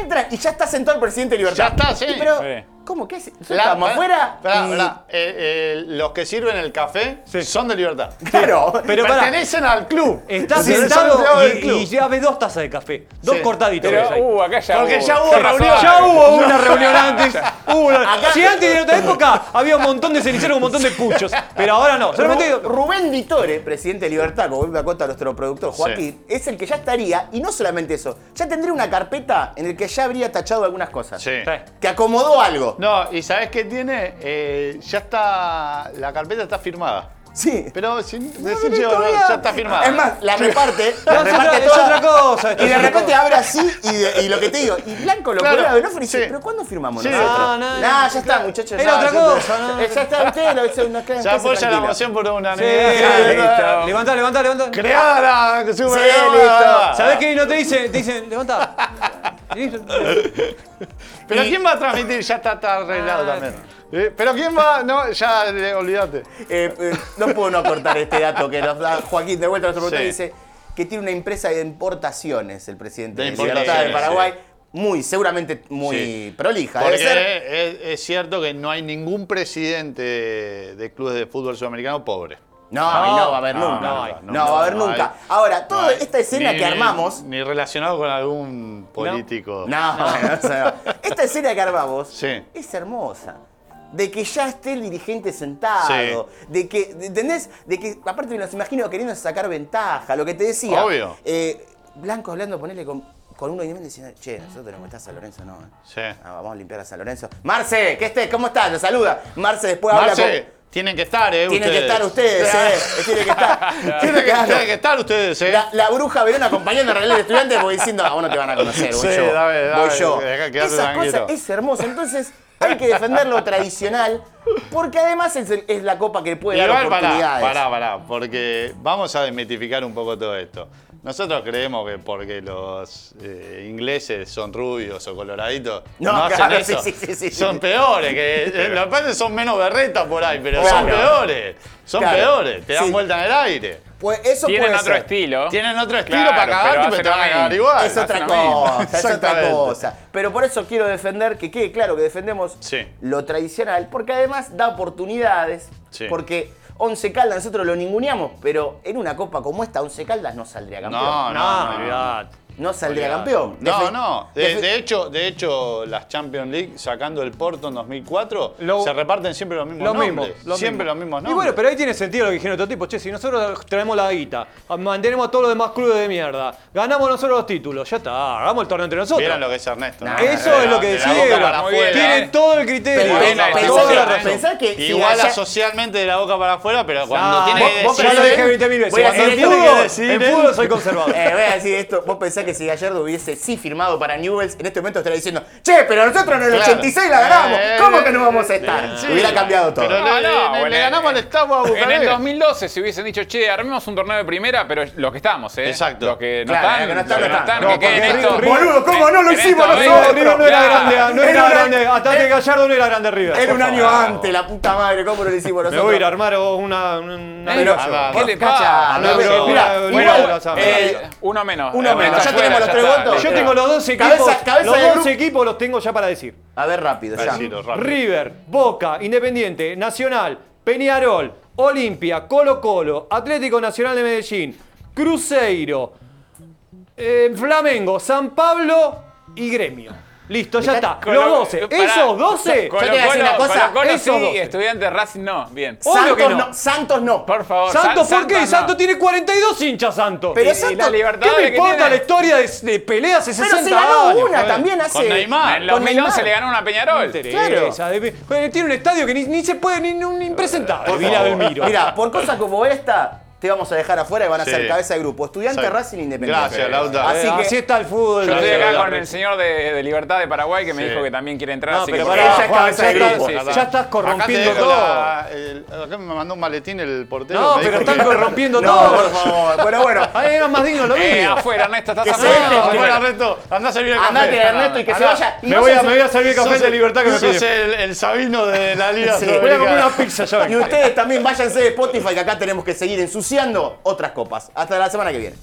Speaker 1: entran y ya está sentado el presidente de Libertad.
Speaker 2: Ya está, sí.
Speaker 1: Y Pero,
Speaker 3: Sí.
Speaker 1: ¿cómo que es? Nosotros
Speaker 2: La-
Speaker 1: estábamos
Speaker 2: pará,
Speaker 1: afuera.
Speaker 2: pará,
Speaker 1: y-
Speaker 2: pará. Eh, eh, los que sirven el café
Speaker 4: Sí.
Speaker 2: son de libertad.
Speaker 1: Claro,
Speaker 4: Pero pará. Eh,
Speaker 2: Pertenecen al club.
Speaker 4: Estás
Speaker 2: Sí, son
Speaker 4: sentado
Speaker 2: empleados del
Speaker 4: y,
Speaker 2: club.
Speaker 4: y ya ves dos tazas de café. Dos
Speaker 2: Sí.
Speaker 4: cortaditos. ves
Speaker 3: Pero,
Speaker 4: ahí.
Speaker 3: uh, acá ya
Speaker 2: Porque
Speaker 3: hubo.
Speaker 2: ya hubo
Speaker 3: Qué
Speaker 2: reunión.
Speaker 3: razón.
Speaker 4: Ya hubo una reunión antes. hubo una-
Speaker 1: Acá-
Speaker 4: Si antes en otra época había un montón de ceniceros, un montón de puchos. Pero ahora no. Solamente
Speaker 1: Ru- Rubén Vitore, presidente de Libertad, como me acota nuestro productor Joaquín, es el que ya estaría, y no solamente eso, ya tendría una carpeta en el que ya habría tachado algunas cosas.
Speaker 2: Sí.
Speaker 1: Que acomodó algo.
Speaker 2: No, y ¿sabés qué tiene? Eh, ya está. La carpeta está firmada.
Speaker 1: Sí.
Speaker 2: Pero sin,
Speaker 1: No,
Speaker 2: sin
Speaker 1: no,
Speaker 2: llevar,
Speaker 1: todavía.
Speaker 2: ya está firmada.
Speaker 1: Es más, la reparte.
Speaker 4: No,
Speaker 1: la
Speaker 4: es
Speaker 1: reparte
Speaker 4: otra- es
Speaker 1: toda.
Speaker 4: otra cosa,
Speaker 1: Y de
Speaker 4: es otra
Speaker 1: repente abre así y, de- y lo que te digo. Y Blanco lo
Speaker 2: Claro,
Speaker 1: prueba de no dice,
Speaker 2: sí.
Speaker 1: ¿pero cuándo firmamos
Speaker 2: Sí.
Speaker 1: nosotros?
Speaker 4: No, no,
Speaker 1: Nah,
Speaker 4: no,
Speaker 1: ya
Speaker 4: claro.
Speaker 1: está, muchachos.
Speaker 4: Era
Speaker 1: ya,
Speaker 4: otra
Speaker 1: ya-
Speaker 4: cosa, no, no.
Speaker 1: Ya está, ustedes lo hacen una
Speaker 2: Se apoya la moción por una
Speaker 4: Sí,
Speaker 2: eh,
Speaker 1: listo.
Speaker 4: levantá, levantá, levantá.
Speaker 2: Creada, que sube
Speaker 1: Sí,
Speaker 2: la
Speaker 1: listo.
Speaker 4: ¿Sabés qué no te dicen? Te dicen, levantá.
Speaker 2: Pero ¿quién va a transmitir? Ya está, está arreglado
Speaker 4: Ah.
Speaker 2: también. Eh, Pero ¿quién va? No, ya, eh, olvídate.
Speaker 1: eh, no puedo no cortar este dato que nos da Joaquín de vuelta, nuestro productor,
Speaker 2: Sí.
Speaker 1: dice que tiene una empresa de importaciones el presidente
Speaker 2: De
Speaker 1: de, Libertad de
Speaker 2: importaciones,
Speaker 1: Paraguay. Muy, seguramente muy
Speaker 2: Sí.
Speaker 1: prolija.
Speaker 2: Porque
Speaker 1: Debe ser.
Speaker 2: es, es cierto que no hay ningún presidente de, de clubes de fútbol sudamericano pobre.
Speaker 1: No, y no, va a haber
Speaker 2: no,
Speaker 1: nunca.
Speaker 2: no
Speaker 1: No,
Speaker 2: hay, no,
Speaker 1: va a haber
Speaker 2: no
Speaker 1: nunca.
Speaker 2: hay.
Speaker 1: Ahora, toda
Speaker 2: No hay.
Speaker 1: esta escena
Speaker 2: Ni-
Speaker 1: que armamos.
Speaker 2: Ni relacionado con algún político.
Speaker 1: No, no, o sea, esta escena que armamos
Speaker 2: Sí.
Speaker 1: es hermosa. De que ya esté el dirigente sentado, de que, de- ¿entendés? De que, aparte me los imagino queriendo sacar ventaja, lo que te decía.
Speaker 2: Obvio.
Speaker 1: Eh, Blanco hablando, ponele con, con uno y medio diciendo, che, nosotros tenemos que estar a San Lorenzo, no. eh.
Speaker 2: Sí.
Speaker 1: Ah, vamos a limpiar a San Lorenzo. Marce, ¿qué estés? ¿Cómo estás? Lo saluda. Marce después habla
Speaker 2: Marce,
Speaker 1: con...
Speaker 2: tienen que estar, ¿eh?
Speaker 1: Tienen que estar ustedes, eh. Tienen que estar.
Speaker 2: Tienen, que,
Speaker 1: Claro.
Speaker 2: tienen que estar ustedes, ¿eh?
Speaker 1: La, la bruja Verón acompañando a realidad de estudiantes porque diciendo, ah, vos no te van a conocer, voy
Speaker 2: Sí,
Speaker 1: yo.
Speaker 2: dame, dame,
Speaker 1: voy yo.
Speaker 2: dejá quedarte
Speaker 1: Esas
Speaker 2: tranquilo.
Speaker 1: cosas es hermoso. Entonces, hay que defender lo tradicional, porque además es, el- es la copa que puede dar
Speaker 2: Igual, pará,
Speaker 1: oportunidades.
Speaker 2: pará, pará, porque vamos a desmitificar un poco todo esto. Nosotros creemos que porque los eh, ingleses son rubios o coloraditos,
Speaker 1: No,
Speaker 2: no,
Speaker 1: claro,
Speaker 2: hacen eso.
Speaker 1: sí, sí, sí, sí.
Speaker 2: son peores. Que, eh, lo que pasa es que son menos berretas por ahí, pero son
Speaker 1: Claro.
Speaker 2: peores. Son
Speaker 1: Claro.
Speaker 2: peores. Te dan
Speaker 1: Sí.
Speaker 2: vuelta en el aire.
Speaker 1: Pues eso
Speaker 3: Tienen
Speaker 1: puede
Speaker 3: otro
Speaker 1: ser.
Speaker 3: estilo.
Speaker 2: Tienen otro estilo
Speaker 3: Claro,
Speaker 2: para cagarte,
Speaker 3: hacen
Speaker 2: pero te
Speaker 3: lo
Speaker 2: van a
Speaker 3: mismo.
Speaker 2: cagar igual.
Speaker 1: Es otra
Speaker 3: Hacen lo mismo.
Speaker 1: cosa, es otra
Speaker 2: Exactamente.
Speaker 1: cosa. Pero por eso quiero defender que quede claro que defendemos
Speaker 2: Sí.
Speaker 1: lo tradicional, porque además da oportunidades.
Speaker 2: Sí.
Speaker 1: Porque Once Caldas nosotros lo ninguneamos, pero en una copa como esta, Once Caldas no saldría campeón.
Speaker 2: No, no,
Speaker 4: No.
Speaker 2: no, olvidate.
Speaker 1: No saldría
Speaker 2: Olvidate.
Speaker 1: campeón.
Speaker 2: No,
Speaker 1: Defe-
Speaker 2: no. Eh, De,
Speaker 1: defe-
Speaker 2: de hecho, de hecho, las Champions League, sacando el Porto en 2004,
Speaker 4: Lo-
Speaker 2: se reparten siempre los mismos
Speaker 4: Lo mismo.
Speaker 2: nombres.
Speaker 4: lo
Speaker 2: siempre
Speaker 4: mismo.
Speaker 2: los mismos nombres.
Speaker 4: Y bueno, pero ahí tiene sentido lo que dijeron otro tipo. Che, si nosotros traemos la guita, mantenemos a todos los demás clubes de mierda, ganamos nosotros los títulos, ya está, hagamos el torneo entre nosotros.
Speaker 2: Vieron lo que es Ernesto.
Speaker 1: Nah,
Speaker 4: Eso
Speaker 2: De la-
Speaker 4: es lo que
Speaker 2: de la boca para
Speaker 4: decía.
Speaker 3: muy bien,
Speaker 2: afuera.
Speaker 4: Tiene
Speaker 3: eh.
Speaker 4: todo el
Speaker 1: Pero
Speaker 4: criterio.
Speaker 3: Tiene
Speaker 1: pensá-
Speaker 3: la
Speaker 1: pensá que-
Speaker 4: toda la
Speaker 3: razón.
Speaker 1: pensá que si
Speaker 2: Igual
Speaker 1: Gaya-
Speaker 2: a socialmente de la boca para afuera, pero cuando
Speaker 4: Ah,
Speaker 2: tiene que
Speaker 4: vos- vos
Speaker 2: decir-
Speaker 4: ya lo dije 20.000 veces.
Speaker 1: Voy a
Speaker 4: En
Speaker 1: hacer esto,
Speaker 4: fútbol-
Speaker 1: voy a
Speaker 2: decir,
Speaker 4: en
Speaker 2: ¿eh?
Speaker 4: fútbol soy conservador.
Speaker 1: Eh, voy a decir esto, vos pensás que si Gallardo hubiese sí firmado para Newells, en este momento estaría diciendo, che, pero nosotros en el
Speaker 2: Claro.
Speaker 1: 86 la ganamos,
Speaker 2: Eh,
Speaker 1: ¿cómo que no vamos a estar?
Speaker 2: Sí.
Speaker 1: Hubiera cambiado todo.
Speaker 2: Pero
Speaker 3: No,
Speaker 2: le,
Speaker 3: no,
Speaker 2: le-
Speaker 3: bueno,
Speaker 2: le ganamos al Estado a
Speaker 3: En el
Speaker 2: Bucarest.
Speaker 3: 2012 se hubiesen dicho, che, armemos un torneo de primera, pero los que estamos, ¿eh?
Speaker 2: Exacto.
Speaker 3: Los que no
Speaker 1: Claro,
Speaker 3: están,
Speaker 1: los que no están,
Speaker 3: los que
Speaker 1: no
Speaker 3: no
Speaker 1: están.
Speaker 3: están,
Speaker 1: No,
Speaker 3: que queden
Speaker 4: porque
Speaker 3: estos.
Speaker 4: River-
Speaker 1: Boludo, ¿cómo no lo
Speaker 3: En
Speaker 1: hicimos
Speaker 3: estos
Speaker 1: nosotros?
Speaker 4: No,
Speaker 3: River-
Speaker 4: River no era
Speaker 3: Claro.
Speaker 4: grande, ah, no
Speaker 1: Era
Speaker 4: era
Speaker 1: una-
Speaker 4: grande. Hasta que Gallardo no era grande River.
Speaker 1: Era
Speaker 4: por
Speaker 1: un
Speaker 4: favor.
Speaker 1: año antes, la puta madre, ¿cómo lo hicimos
Speaker 4: Me
Speaker 1: nosotros?
Speaker 4: voy a ir a armar una. una-
Speaker 1: Pero,
Speaker 2: Ah, va,
Speaker 3: ¿Qué
Speaker 2: va.
Speaker 3: le
Speaker 1: Cacha,
Speaker 3: pasa?
Speaker 1: no, pero,
Speaker 4: pero-
Speaker 1: mirá,
Speaker 4: pero-
Speaker 1: igual,
Speaker 4: pero-
Speaker 1: eh,
Speaker 3: Eh, uno menos.
Speaker 1: uno
Speaker 3: Eh,
Speaker 1: menos.
Speaker 3: está
Speaker 1: Ya tenemos los
Speaker 3: ya
Speaker 1: tres
Speaker 3: está,
Speaker 1: votos.
Speaker 3: listo.
Speaker 4: Yo tengo los dos equipos.
Speaker 1: Cabeza- cabeza
Speaker 4: los
Speaker 1: de
Speaker 4: dos
Speaker 1: grupo.
Speaker 4: equipos los tengo ya para decir.
Speaker 1: A ver rápido, ya.
Speaker 2: Decilo, rápido.
Speaker 4: River, Boca, Independiente, Nacional, Peñarol, Olimpia, Colo Colo, Atlético Nacional de Medellín, Cruzeiro, eh, Flamengo, San Pablo y Gremio. Listo, ya está. Los 12.
Speaker 3: Pará.
Speaker 4: Esos 12.
Speaker 1: eh, Yo te voy a decir una cosa,
Speaker 3: Colo, Colo,
Speaker 4: esos
Speaker 3: sí,
Speaker 4: doce.
Speaker 3: estudiante Racing no. Bien.
Speaker 4: Oh, obvio que
Speaker 1: Santos
Speaker 4: no.
Speaker 1: no, Santos no.
Speaker 3: Por favor.
Speaker 4: Santos,
Speaker 3: San-
Speaker 4: ¿por qué?
Speaker 3: no.
Speaker 4: Santos tiene 42 hinchas, Santos.
Speaker 1: Pero
Speaker 4: ¿Qué
Speaker 3: Y
Speaker 1: Santos-
Speaker 3: la Libertadores
Speaker 4: me
Speaker 3: que
Speaker 4: importa la
Speaker 3: tiene?
Speaker 4: historia de, de peleas hace
Speaker 1: Pero
Speaker 4: 60
Speaker 1: se ganó
Speaker 4: años?
Speaker 1: una también hace...
Speaker 2: Con Neymar.
Speaker 3: En
Speaker 1: Con
Speaker 3: 2011
Speaker 1: Neymar.
Speaker 3: le ganó una a
Speaker 4: No
Speaker 3: Peñarol.
Speaker 4: interesa, de- Bueno, Tiene un estadio que ni, ni se puede, ni, ni un impresentable.
Speaker 1: Por
Speaker 4: Vila
Speaker 1: favor.
Speaker 4: Belmiro.
Speaker 1: Mirá, por cosas como esta, te vamos a dejar afuera y van a
Speaker 2: Sí.
Speaker 1: ser cabeza de grupo. Estudiante
Speaker 2: Sí.
Speaker 1: Racing Independiente.
Speaker 2: Gracias, Lauta.
Speaker 1: Así
Speaker 4: Eh, Así,
Speaker 1: que...
Speaker 4: está el fútbol. eh.
Speaker 3: Yo estoy acá
Speaker 2: Gracias,
Speaker 3: con
Speaker 2: Gabriel.
Speaker 3: el señor de, de Libertad de Paraguay que me
Speaker 2: Sí.
Speaker 3: dijo que también quiere entrar.
Speaker 4: No,
Speaker 3: así
Speaker 4: pero
Speaker 3: que
Speaker 4: pará,
Speaker 1: Ella es
Speaker 4: Juan,
Speaker 1: cabeza de
Speaker 4: ya,
Speaker 1: grupo.
Speaker 4: estás-
Speaker 3: Sí,
Speaker 4: ya
Speaker 3: sí.
Speaker 4: estás
Speaker 2: Acá te
Speaker 4: corrompiendo
Speaker 2: dejo
Speaker 4: todo.
Speaker 2: la- el- acá me mandó un maletín el portero.
Speaker 4: No,
Speaker 2: me
Speaker 4: pero
Speaker 2: dijo
Speaker 4: están
Speaker 2: que-
Speaker 4: corrompiendo
Speaker 1: No,
Speaker 4: todo.
Speaker 1: por favor. Bueno, bueno.
Speaker 4: Ahí era más digno lo mío.
Speaker 3: Eh, afuera, Ernesto, estás
Speaker 1: Que se
Speaker 3: afuera.
Speaker 1: vete,
Speaker 2: No,
Speaker 3: afuera.
Speaker 2: Bueno, Ernesto, andá a servir el café.
Speaker 1: Andate, Ernesto, y que se
Speaker 2: Andá.
Speaker 1: vaya. Y
Speaker 4: me,
Speaker 1: no
Speaker 4: voy
Speaker 1: se-
Speaker 4: a, me voy a servir café de libertad que me
Speaker 2: sos
Speaker 4: pide.
Speaker 2: el, el Sabino de la Liga
Speaker 1: Sí.
Speaker 4: Voy a
Speaker 2: Sudamericana.
Speaker 4: comer una pizza ya.
Speaker 1: Y
Speaker 4: vengo.
Speaker 1: ustedes también váyanse de Spotify, que acá tenemos que seguir ensuciando otras copas. Hasta la semana que viene.